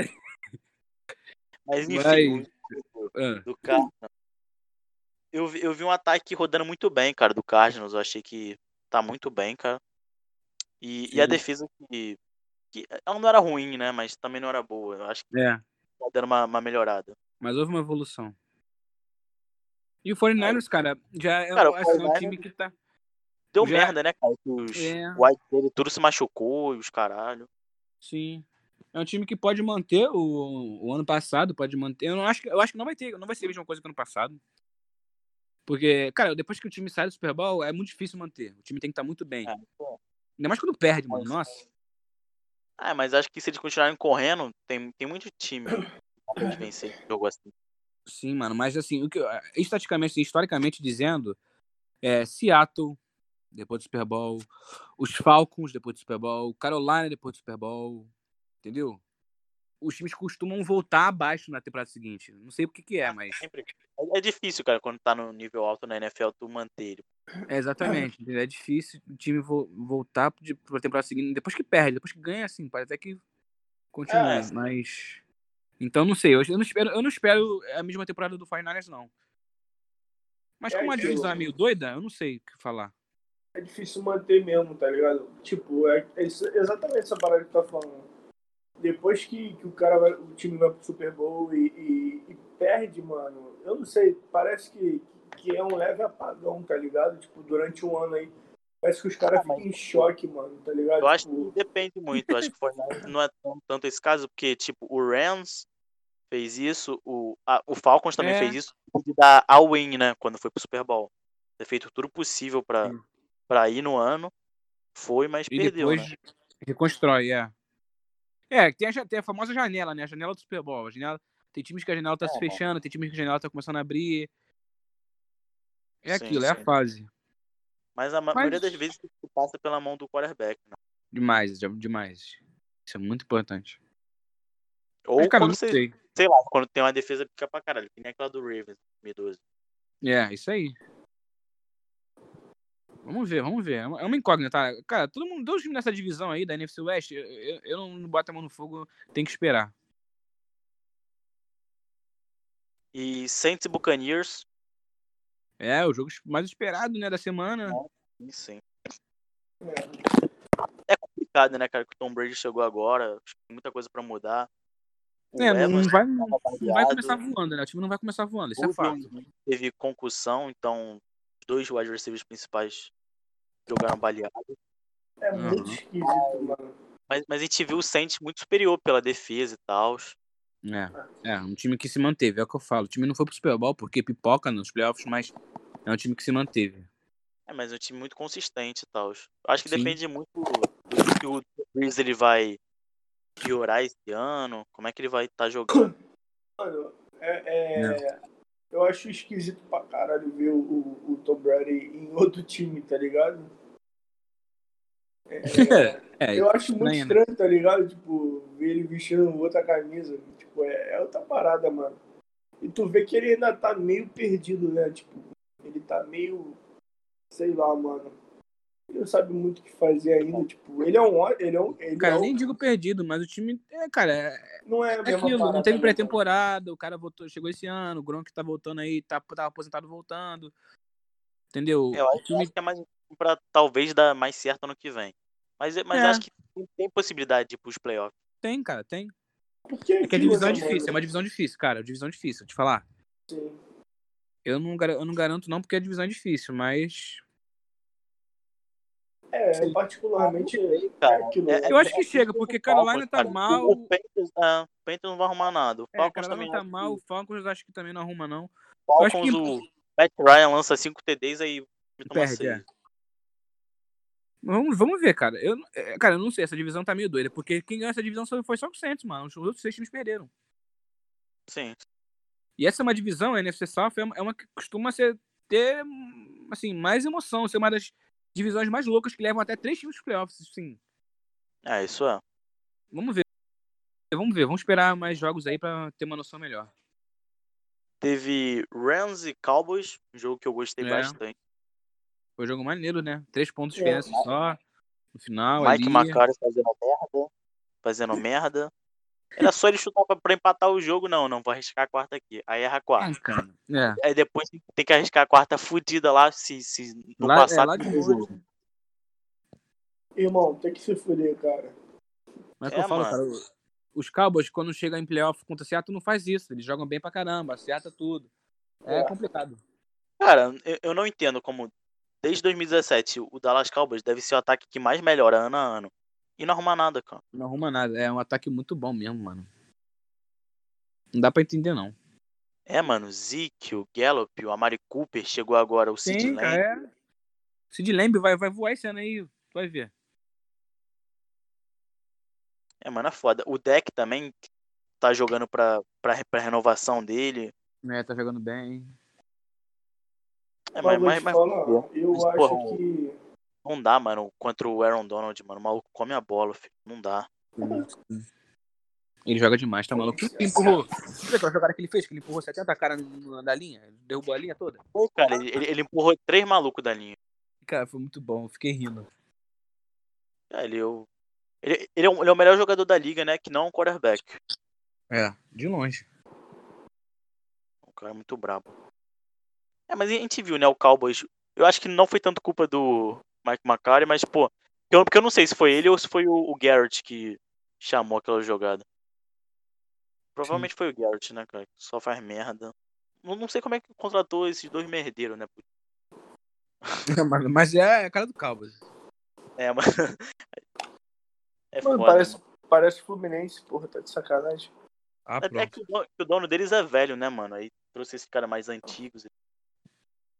Mas enfim,
Mas-
o-
Ah,
do Cardinals. Eu, vi- eu vi um ataque rodando muito bem, cara, do Cardinals. Eu achei que tá muito bem, cara. E, e a
Sim.
defesa que, que. Ela não era ruim, né? Mas também não era boa. Eu acho que
é,
tá dando uma, uma melhorada.
mas houve uma evolução. E o 49ers, cara, já é,
Cara, o
assim, é um
49ers
time que tá.
Deu
Já-
merda, né, cara? Que os
É.
White dele tudo se machucou e os caralho.
Sim. É um time que pode manter o, o ano passado, pode manter. Eu não acho que eu acho que não vai ter, não vai ser a mesma coisa que ano passado. Porque, cara, depois que o time sai do Super Bowl, é muito difícil manter. O time tem que estar muito bem.
É, pô.
Ainda mais quando perde, mano. Nossa.
Ah, mas acho que se eles continuarem correndo, tem, tem muito time pra eles vencer esse jogo assim.
Sim, mano, mas assim, o que eu- estaticamente, assim, historicamente dizendo, é Seattle depois do Super Bowl, os Falcons depois do Super Bowl, Carolina depois do Super Bowl, entendeu? os times costumam voltar abaixo na temporada seguinte. Não sei o que, que é, mas.
Sempre. É difícil, cara, quando tá no nível alto na NFL, tu manter ele.
É, exatamente. entendeu? É difícil o time vo voltar de- pra temporada seguinte. Depois que perde, depois que ganha, assim, pode até que continua.
É, sim.
Mas. Então não sei. Eu, eu não espero, eu não espero a mesma temporada do Finals, não. Mas
É,
como a
eu-
divisão é meio doida, eu não sei o que falar.
É difícil manter mesmo, tá ligado? Tipo, é, é isso- exatamente essa parada que tu tá falando. Depois que, que o cara vai- o time vai pro Super Bowl e, e- e perde, mano, eu não sei, parece que, que é um leve apagão, tá ligado? Tipo, durante um ano aí. Parece que os caras
Ah, mas-
ficam em choque, mano, tá ligado?
Eu acho que
Tipo,
depende muito. Eu acho que o 49ers não é tão, tanto esse caso, porque, tipo, o Rams fez isso, o, a- o Falcons também
É.
fez isso, de dar a win, né, quando foi pro Super Bowl. Ter feito tudo possível pra,
Sim.
pra ir no ano. Foi, mas
E
perdeu,
depois
né?
reconstrói, é. É, tem a, ja- tem a famosa janela, né? A janela do Super Bowl. A janela, tem times que a janela tá
É,
se
né?
fechando, tem times que a janela tá começando a abrir. É
Sim,
aquilo, é a
sim.
fase.
Mas a ma-
Mas-
maioria das vezes isso passa pela mão do quarterback, né?
Demais, de- demais. Isso é muito importante.
Ou
Mas, cara, eu
quando
não
você,
sei.
sei lá, quando tem uma defesa pica pra caralho, que nem aquela do Ravens em 2012.
É, isso aí. Vamos ver, vamos ver. É uma é uma incógnita, tá? Cara, todo mundo, todos os times nessa divisão aí da NFC West, eu, eu- eu não boto a mão no fogo, tem que esperar.
E Saints e Buccaneers,
É, o jogo mais esperado, né, da semana.
sim, sim.
é,
complicado, né, cara? Que o Tom Brady chegou agora, acho que tem muita coisa pra mudar. O tá
É, não,
Evans
não vai,
tava
não vai
baleado,
começar voando, né? O time não vai começar voando, isso é
o
fato.
Jones né? Teve concussão, então os dois wide receivers principais jogaram baleado.
é muito
Uhum.
esquisito, mano.
Mas, mas a gente viu o Saints muito superior pela defesa e tal.
É, é, um time que se manteve, é o que eu falo. O time não foi pro Super Bowl porque pipoca nos playoffs, mas é um time que se manteve.
É, mas é um time muito consistente e tal. Acho que
Sim.
depende muito do que o Breeze ele vai piorar esse ano, como é que ele vai estar jogando.
Mano, é, é- eu acho esquisito pra caralho ver o, o, o Tom Brady em outro time, tá ligado?
É,
Eu acho muito
estranho, né?
estranho, tá ligado? Tipo, ver ele vestindo outra camisa. Tipo, é, é outra parada, mano. E tu vê que ele ainda tá meio perdido, né? Tipo, ele tá meio. Sei lá, mano. Ele não sabe muito o que fazer ainda. Tipo, ele é um. ó- Ele é um. Ele
cara,
é
eu
um-
nem digo perdido, mas o time. É, cara, é
não é a mesma
aquilo.
parada,
Não teve
né,
pré-temporada, o cara voltou, chegou esse ano, o Gronk tá voltando aí, tá, tava aposentado voltando. Entendeu?
Eu
O
acho,
time-
acho que é mais um time pra talvez dar mais certo ano que vem. Mas, mas
É.
acho que tem- tem possibilidade de ir pros playoffs.
tem, cara, tem.
mano? Porque
É que a
aquilo,
divisão é
né,
difícil, é uma
mano?
divisão difícil, cara, é uma divisão difícil, vou te falar.
Sim.
Eu não, gar- eu não garanto, não, porque a divisão é difícil, mas.
É, particularmente.
Cara,
é aquilo,
é-
né?
é-
Eu acho que
é-
chega, porque Carolina tá
cara, o-
mal.
O Panthers, ah, o Panthers não vai arrumar nada. O
É,
Falcons
Carolina
também
tá
acho que-
mal, o Falcons acho que também não arruma, não.
O
Eu acho
Falcons, o Matt Ryan lança 5 TDs aí me toma
Perde, é.
seis.
Vamos, vamos ver, cara. Eu, é, cara, eu não sei, essa divisão tá meio doida, porque quem ganhou essa divisão só- foi só o Saints, mano. Os outros seis times perderam.
Sim.
E essa é uma divisão, a NFC South, é uma, é uma que costuma ser, ter, hum, assim, mais emoção, ser uma das divisões mais loucas que levam até três times pros playoffs, sim.
É, isso é.
Vamos ver. Vamos ver, vamos esperar mais jogos aí pra ter uma noção melhor.
Teve Rams e Cowboys, um jogo que eu gostei
É.
bastante.
Foi um jogo maneiro, né? Três pontos de
É.
diferença só, no final
Mike
ali.
McCarthy fazendo merda. Fazendo merda. Era só ele chutar pra, pra empatar o jogo, não. Não, vou arriscar a quarta aqui. Aí erra a quarta.
Ah, cara. É,
Aí depois tem que arriscar a quarta fudida lá, se, se não
lá,
passar.
é lá de
perde o
longe.
é, Irmão, tem que se fuder, cara.
Mas é,
É,
que eu falo,
mano.
cara, o- os Cowboys, quando chega em playoff contra o Seattle, não faz isso. Eles jogam bem pra caramba, acerta tudo. É,
É.
complicado.
Cara, eu, eu não entendo como desde 2017 o Dallas Cowboys deve ser o ataque que mais melhora ano a ano. E não arruma nada, cara.
Não arruma nada. É um ataque muito bom mesmo, mano. Não dá pra entender, não.
É, mano, o Zeke, o Gallup, o Amari Cooper chegou agora, o Sid
Sim,
Lamb.
cara, é. Sid Lamb vai, vai voar esse ano aí, tu vai ver.
É, mano, é foda. O Deck também tá jogando pra, pra, pra renovação dele.
É, tá jogando bem.
É, mas,
Mas vou te
mas, mas
falar, eu
Mas,
acho
porra, o-
que.
não dá, mano, contra o Aaron Donald, mano. O maluco come a bola, filho. Não dá.
Ele joga demais, tá maluco? Ele empurrou. Você viu jogada que ele fez? Que ele empurrou 70 caras da linha? Derrubou a linha toda?
Pô, cara, ele, ele empurrou três malucos da linha.
Cara, foi muito bom, eu fiquei rindo.
É, ele, é o- ele, ele é o, ele é o melhor jogador da liga, né? Que não é um quarterback.
É, de longe.
O cara é muito brabo. É, mas a gente viu, né? O Cowboys. Eu acho que não foi tanto culpa do Mike McCarry, mas, pô. Eu, porque eu não sei se foi ele ou se foi o, o Garrett que chamou aquela jogada. Provavelmente foi o Garrett, né, cara? que Só faz merda. Eu não sei como é que contratou esses dois merdeiros, né?
mas, mas é a cara do Cowboys.
É, mas. É
Mano,
foda,
parece, parece Fluminense, porra, tá de sacanagem.
Ah,
mano. É
pronto.
que o, dono, que o dono deles é velho, né, mano? Aí trouxe esses caras mais antigos.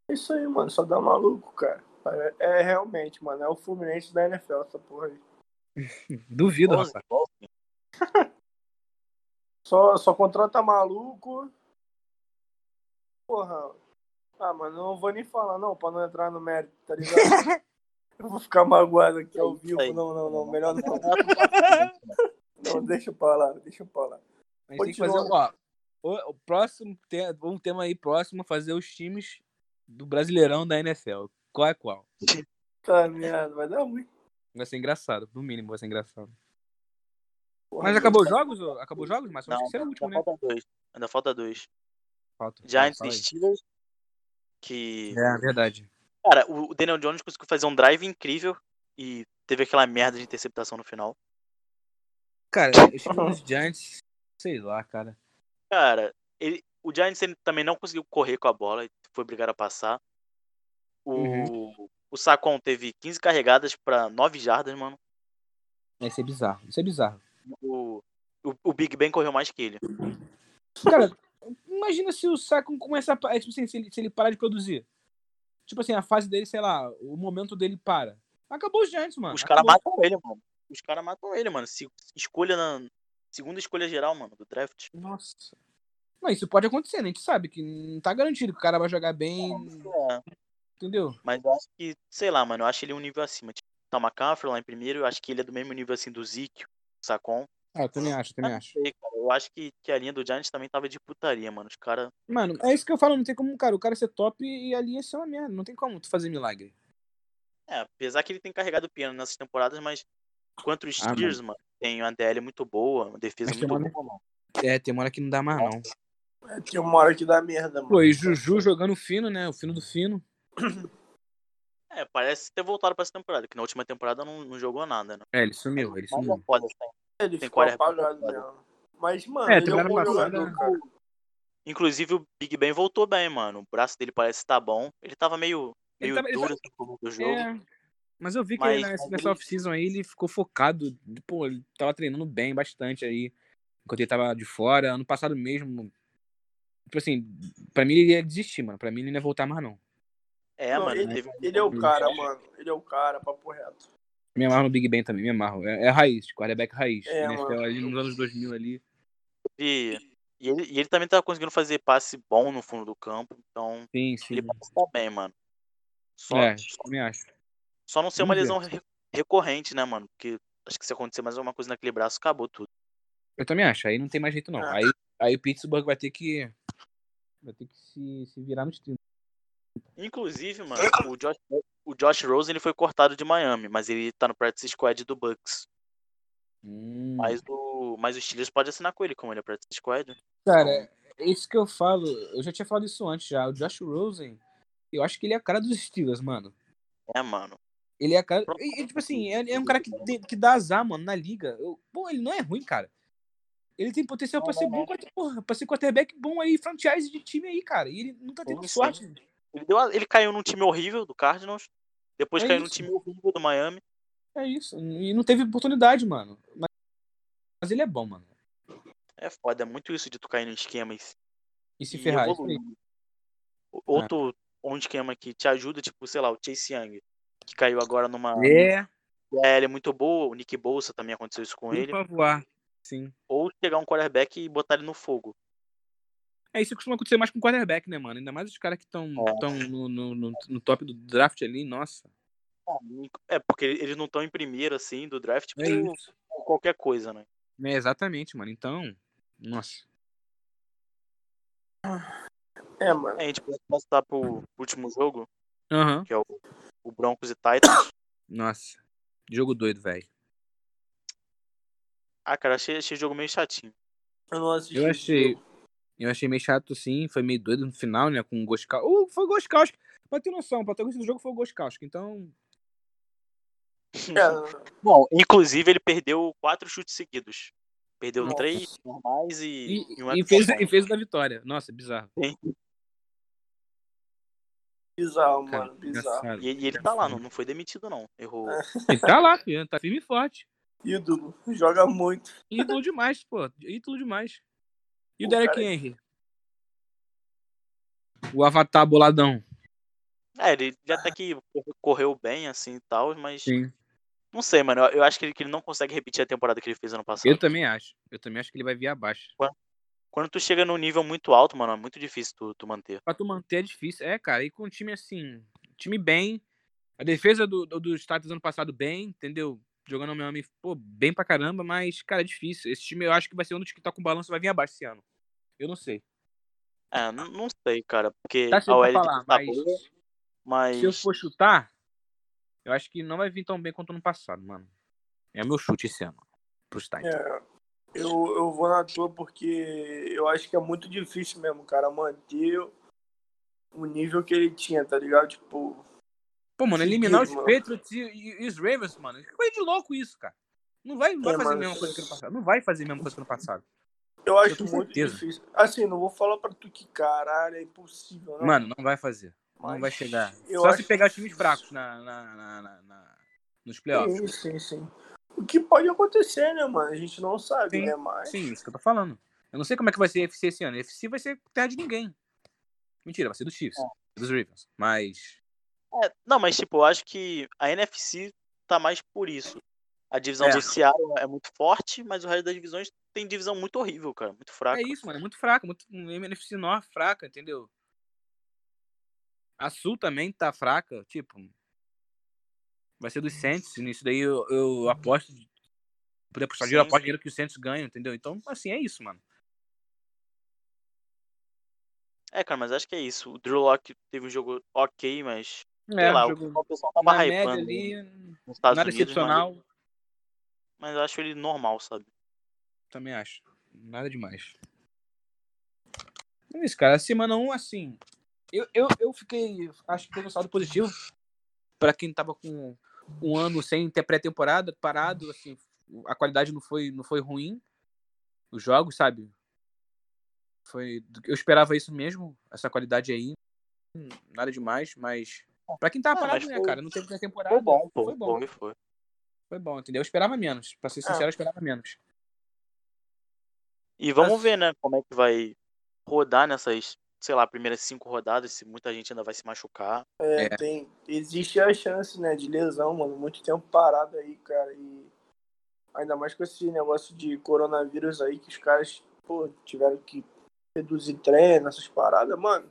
É isso aí, mano, só dá maluco, cara. Pare- É realmente, mano, é o Fluminense da NFL, essa porra aí.
Duvido,
Igualzinho,
rapaz.
igualzinho.
Só, só contrata maluco. Porra. Ah, mano, não vou nem falar, não, pra não entrar no mérito, tá ligado? Eu vou ficar magoado aqui ao
Isso
vivo.
aí.
Não, não, não. Melhor não. Não, deixa pra lá, deixa pra lá.
A gente tem que fazer um,
Continua.
ó, o, o próximo tema, um tema aí próximo, fazer os times do Brasileirão da NFL. Qual é qual?
Tá merda, vai dar ruim.
Vai ser engraçado, no mínimo vai ser engraçado.
Porra,
Mas acabou os jogos? ô? Acabou os jogos? Mas eu acho
Não,
que será o último, né?
ainda falta dois. Ainda falta dois.
Falta.
Giants
Fala
e
aí.
Steelers. Que.
É, verdade.
Cara, o o Daniel Jones conseguiu fazer um drive incrível e teve aquela merda de interceptação no final.
Cara, os times dos Giants, sei lá, cara.
Cara, ele, o Giants ele também não conseguiu correr com a bola, foi obrigado a passar. O,
Uhum.
o Sacon teve 15 carregadas pra 9 jardas, mano.
Vai ser bizarro. Isso é bizarro.
O, o, o Big Ben correu mais que ele.
Cara, imagina se o Sacon começa a. pa- é, Tipo assim, se ele, se ele parar de produzir. Tipo assim, a fase dele, sei lá, o momento dele para. Acabou os Giants, mano. é
Os caras
Acabou.
matam ele, mano. Os caras matam ele, mano. Se, escolha na segunda escolha geral, mano, do draft.
Nossa. Não, isso pode acontecer, né? A gente sabe que não tá garantido que o cara vai jogar bem. Hum.
É,
Entendeu?
mas eu acho que, sei lá, mano, eu acho ele um nível acima. Tipo, tá o McCaffrey lá em primeiro, eu acho que ele é do mesmo nível assim do Zeke, o Sacon.
Ah, eu também acho, eu também
Ah,
acho.
sei, cara. Eu acho que, que a linha do Giants também tava de putaria, mano. Os caras.
Mano, é isso que eu falo, não tem como, cara, o cara ser top e a linha ser uma merda. Não tem como tu fazer milagre.
É, apesar que ele tem carregado o piano nessas temporadas, mas contra os
Ah, mano.
Steelers, mano, tem uma DL muito boa, uma defesa
Mas tem
muito
uma-
boa. mano.
É, tem uma hora que não dá mais, não.
É, Tinha uma hora que dá merda, mano.
Pô, e Juju jogando fino, né? O fino do fino.
É, parece ter voltado pra essa temporada, que na última temporada não, não jogou nada, né?
É, ele sumiu, ele
Mas é
sumiu.
foda, assim.
Ele
Tem
ficou
quarterback
apagado
apagado.
mesmo. Mas, mano,
É,
ele é um
temporada
bom
passada-
jogador, cara.
Inclusive o Big Ben voltou bem, mano. O braço dele parece estar bom. Ele tava meio,
Ele
meio
tava- ele
duro no começo do jogo.
É, mas eu vi que
Mas-
ele, nessa,
mas
nessa
ele-
off-season aí ele ficou focado. Pô, ele tava treinando bem bastante aí. Enquanto ele tava de fora. Ano passado mesmo. Tipo assim, pra mim ele ia desistir, mano. Pra mim ele não ia voltar mais, não.
É,
Não,
mano,
ele-
teve um-
Ele é o cara, mano. Ele é o cara, papo reto.
Me amarro no Big Ben também, me amarro. É, é raiz, quarterback raiz.
É,
NFL
mano.
ali nos anos 2000 ali.
E, e ele, e ele também tava conseguindo fazer passe bom no fundo do campo. Então,
Sim, sim.
ele parece tá bem, mano. Só,
É, me acho.
Só não ser uma
Vamos ver.
lesão re- recorrente, né, mano? Porque acho que se acontecer mais alguma coisa naquele braço, acabou tudo.
Eu também acho. Aí não tem mais jeito, não.
Ah.
Aí, aí o Pittsburgh vai ter que. Vai ter que se, se virar nos 30.
Inclusive, mano, o Josh, o Josh Rosen ele foi cortado de Miami, mas ele tá no practice squad do Bucks.
Hum.
Mas o, mas o Steelers pode assinar com ele, como ele é practice squad.
Cara, é isso que eu falo. Eu já tinha falado isso antes já. O Josh Rosen, eu acho que ele é a cara dos Steelers, mano.
É, mano.
Ele é a cara. E, e, tipo assim, é, é um cara que, tem- que dá azar, mano, na liga. Eu, pô, ele não é ruim, cara. Ele tem potencial pra ser bom, quarte- porra, pra ser quarterback bom aí, franchise de time aí, cara. E ele não tá tendo
Sim, sim.
sorte.
Ele, deu a- ele caiu num time horrível do Cardinals, depois
É
caiu num
isso.
time horrível do Miami.
É isso. E não teve oportunidade, mano. Mas, mas ele é bom, mano.
É foda, é muito isso de tu cair no esquema e se
E se
e
ferrar. é isso
evoluir.
aí.
O- Outro um esquema que te ajuda, tipo, sei lá, o Chase Young, que caiu agora numa
É,
DL muito boa, o Nick Bolsa também aconteceu isso com ele.
pra voar. Sim.
ou pegar um quarterback e botar ele no fogo.
É, isso costuma acontecer mais com quarterback, né, mano? Ainda mais os caras que estão
É.
no, no, no, no top do draft ali, nossa.
É, porque eles não estão em primeiro, assim, do draft,
É
por qualquer coisa, né?
É, exatamente, mano. Então, nossa.
É, mano.
A gente pode passar pro último jogo,
Aham.
que é o, o Broncos e Titans.
Nossa. Jogo doido, velho.
Ah, cara, achei achei o jogo meio chatinho.
Eu não assisti.
Eu achei.
esse jogo.
Eu achei meio chato, sim. Foi meio doido no final, né? Com o Goskowski. Uh, foi o Goskowski. Pra ter noção, o protagonista do jogo foi o Goskowski. Então,
É,
Bom, inclusive ele perdeu quatro chutes seguidos. Perdeu
Nossa.
um três normais e,
E,
um
e fez, e fez da vitória. Nossa, bizarro.
bizarro,
Cara,
mano. Bizarro.
engraçado.
E, e ele tá lá, não, não foi demitido, não. Errou.
Ele tá lá, filho, tá firme e forte.
Ídolo. Joga muito.
Ídolo demais, pô. Ídolo demais. E o
O
Derek
cara-
Henry? O avatar boladão.
É, ele já até que correu bem, assim e tal, mas.
Sim.
Não sei, mano. Eu, eu acho que ele, que ele não consegue repetir a temporada que ele fez ano passado.
Eu também acho. Eu também acho que ele vai vir abaixo.
Quando tu chega num nível muito alto, mano, é muito difícil tu, tu manter.
Pra tu manter é difícil. É, cara, e com um time assim, time bem. A defesa do, do, do Status ano passado bem, entendeu? Jogando ao Miami, pô, bem pra caramba, mas, cara, é difícil. Esse time eu acho que vai ser um dos que tá com balanço, vai vir abaixo esse ano. Eu não sei.
É, não, não sei, cara. Porque
Tá
a
sendo
OL tem
pra falar,
que tá
mas.
boa, mas.
Se eu for chutar, eu acho que não vai vir tão bem quanto no passado, mano. É meu chute esse ano. Pros Titans.
É. Eu, eu vou na tua porque eu acho que é muito difícil mesmo, cara, manter o nível que ele tinha, tá ligado? Tipo,
Pô, mano,
Seguido,
eliminar os
mano.
Patriots e, e- e os Ravens, mano. Que coisa de louco isso, cara. Não vai, não vai
É,
fazer
mano.
a mesma coisa que no passado. Não vai fazer a mesma coisa que no passado.
eu acho
tenho
muito
certeza.
difícil. Assim, não vou falar pra tu que caralho, é impossível, né?
Mano, não vai fazer. Não
Mas
vai chegar.
eu
Só
acho
se pegar os
difícil.
times fracos né, na, na- na- na- na- nos playoffs.
Sim, sim, sim. O que pode acontecer, né, mano? A gente não sabe,
Sim,
né? Mas.
Sim, isso que eu tô falando. Eu não sei como é que vai ser a FC esse ano. A FC vai ser terra de ninguém. Mentira, vai ser dos Chiefs.
É.
Dos Ravens. Mas.
É, não, mas tipo, eu acho que a NFC tá mais por isso. A divisão
É.
do Seattle é muito forte, mas o resto das divisões tem divisão muito horrível, cara. Muito fraca.
É isso, mano. É muito fraca. Muito, um MNFC Norte fraca, entendeu? A Sul também tá fraca. Tipo. Vai ser dos Saints. Nisso daí eu, eu aposto. se Puder puxar dinheiro, eu
Sim,
aposto
sim.
dinheiro que os Saints ganham, entendeu? Então, assim, é isso, mano.
É, cara, mas acho que é isso. O Drew Locke teve um jogo ok, mas. Sei
É,
lá,
um
o
jogo
o pessoal tava
na média
hypando
ali,
nos Estados
nada
Unidos, mas,
excepcional.
mas eu acho ele normal, sabe?
Também acho. Nada demais. Então É isso, cara. Semana 1, assim. Eu, eu, eu fiquei. Acho que teve um saldo positivo. Pra quem tava com um ano sem ter pré-temporada, parado, assim. A qualidade não foi, não foi ruim. Os jogos, sabe? Foi. Eu esperava isso mesmo, essa qualidade aí. Hum, Nada demais, mas. Pra quem tava
Ah,
parado,
mas
né,
foi-
cara? Não teve pré-temporada.
Foi bom, pô. É.
Foi bom.
Foi, foi.
Foi bom, entendeu? Eu esperava menos. Pra ser sincero, eu esperava menos.
E vamos
Mas-
ver, né, como é que vai rodar nessas, sei lá, primeiras cinco rodadas, se muita gente ainda vai se machucar.
É,
É.
Tem, existe a chance, né, de lesão, mano. Muito tempo parado aí, cara. E ainda mais com esse negócio de coronavírus aí, que os caras, pô, tiveram que reduzir treino, essas paradas, mano.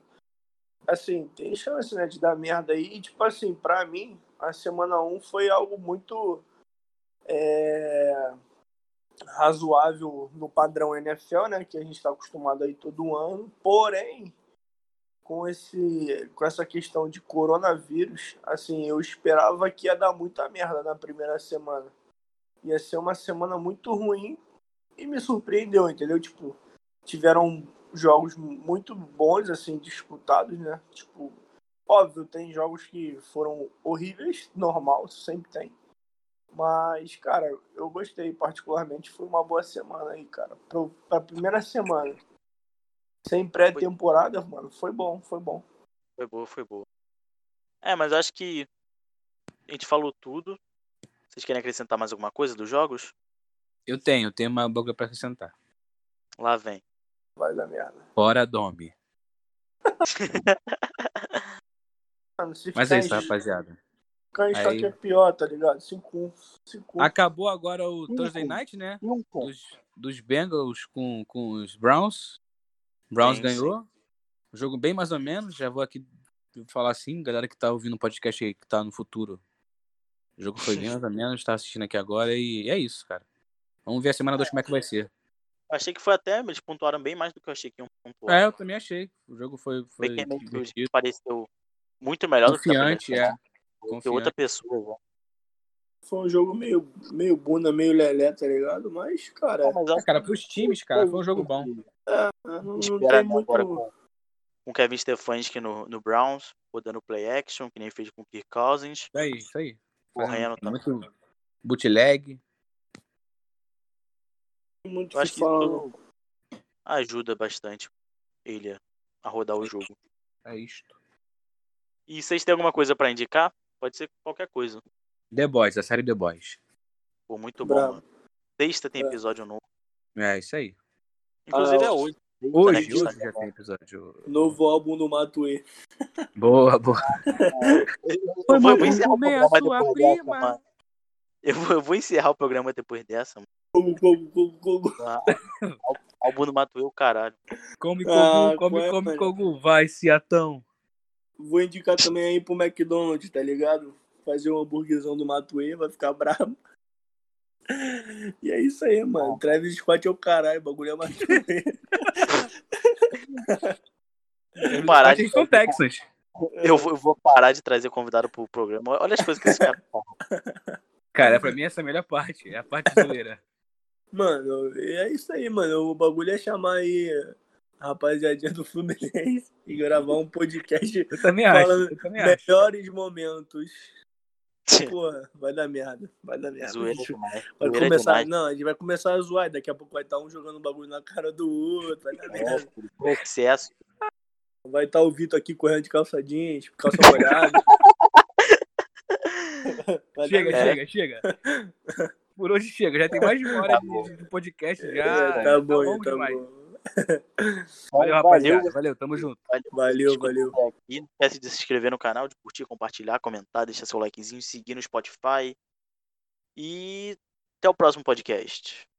Assim, tem chance, né, de dar merda aí. E, tipo assim, pra mim, a semana 1 foi algo muito é, razoável no padrão NFL, né, que a gente tá acostumado aí todo ano. Porém, com esse com essa questão de coronavírus, assim, eu esperava que ia dar muita merda na primeira semana. Ia ser uma semana muito ruim e me surpreendeu, entendeu? Tipo, tiveram jogos muito bons assim disputados, né? Tipo, óbvio, tem jogos que foram horríveis, normal, sempre tem. Mas, cara, eu gostei particularmente, foi uma boa semana aí, cara. Pro, pra primeira semana. Sem pré-temporada, mano, foi bom, foi bom.
Foi boa, foi boa. É, mas eu acho que a gente falou tudo. Vocês querem acrescentar mais alguma coisa dos jogos?
Eu tenho, eu tenho uma boca pra acrescentar.
Lá vem.
Vai dar merda.
Fora Domi.
Mano, se
Mas
ficar
é isso,
em-
rapaziada.
Ficar em
Aí- Ah,
choque é pior, tá ligado? 5-1. 5-1.
Acabou agora o
Hum,
Thursday Night, né?
E um ponto.
Dos, dos Bengals com, com os Browns. Browns
Sim,
ganhou. Um Jogo bem mais ou menos. Já vou aqui falar assim, galera que tá ouvindo o podcast aí, que tá no futuro. O jogo foi bem mais ou menos, tá assistindo aqui agora e é isso, cara. Vamos ver a semana 2 como é que vai ser.
Achei que foi até. Eles pontuaram bem mais do que eu achei que iam pontuar.
É, eu também achei. O jogo foi, foi
Bem que a Memphis
divertido.
pareceu muito melhor
Confiante,
do que
é.
tá Tem outra pessoa. já.
Foi um jogo meio, meio bunda, meio lelé, tá ligado? Mas, cara,
né?
É,
Mas acho
É, cara, pros times, cara, foi um jogo bom.
não, não
que
tem
espera né, agora
muito.
com com o Kevin Stefanski no, no Browns, rodando play action, que nem fez com o Kirk Cousins.
É,
Isso aí, É isso aí. É
Correndo
tá-
também.
Muito bootleg.
muito
Eu acho que
fala, não.
isso ajuda bastante ele a rodar o jogo.
É isto.
E vocês têm alguma coisa pra indicar? Pode ser qualquer coisa.
The Boys, a série The Boys.
Pô, muito
Bravo.
bom. Mano. Sexta tem
Bravo.
episódio novo.
É, isso aí.
Inclusive
Ah,
é hoje.
tá
Hoje,
Sexta, né,
hoje já tem episódio.
Novo álbum do Matuê.
Boa, boa.
Eu vou, eu vou
Foi
encerrar o programa
meu, sua
depois dessa,
prima.
mano. Eu vou, eu vou encerrar o programa depois dessa, mano.
Como, como, como, como.
Álbum do Matuê, o caralho.
Come,
Ah, qual é,
Kogu, come, come,
mano?
Kogu. Vai, Ciatão.
Vou indicar também aí pro McDonald's, tá ligado? Fazer um hambúrguerzão do Matuê, vai ficar brabo. E é isso aí, mano. Travis Scott é o caralho, o bagulho é Matuê.
Vou parar de
Eles são Texas.
É.
Eu vou, eu vou parar de trazer convidado pro programa. Olha as coisas que esse cara fala.
Cara, pra mim essa é a melhor parte. É a parte zoeira.
Mano, é isso aí, mano. O bagulho é chamar aí a rapaziadinha do Fluminense e gravar um podcast
Eu também acho.
Falando-
Eu também acho.
Melhores Momentos. Porra, vai dar merda. Vai dar merda.
Zoeira demais.
Vai
Zoeira
começar,
demais.
não, a gente vai começar a zoar, e daqui a pouco vai estar um jogando bagulho na cara do outro, vai dar merda.
É, processo.
Vai estar o Vitor aqui correndo de calça jeans, calça molhada. Vai dar
Chega,
merda.
chega, chega. Por hoje chega. Já tem mais de uma hora
Tá
de-
bom.
de podcast já.
É, Tá bom,
longo
tá
demais.
bom.
Valeu, rapaziada. Valeu, tamo junto.
Valeu,
Desculpa
valeu.
até aqui. Não esquece de se inscrever no canal, de curtir, compartilhar, comentar, deixar seu likezinho, seguir no Spotify. E até o próximo podcast.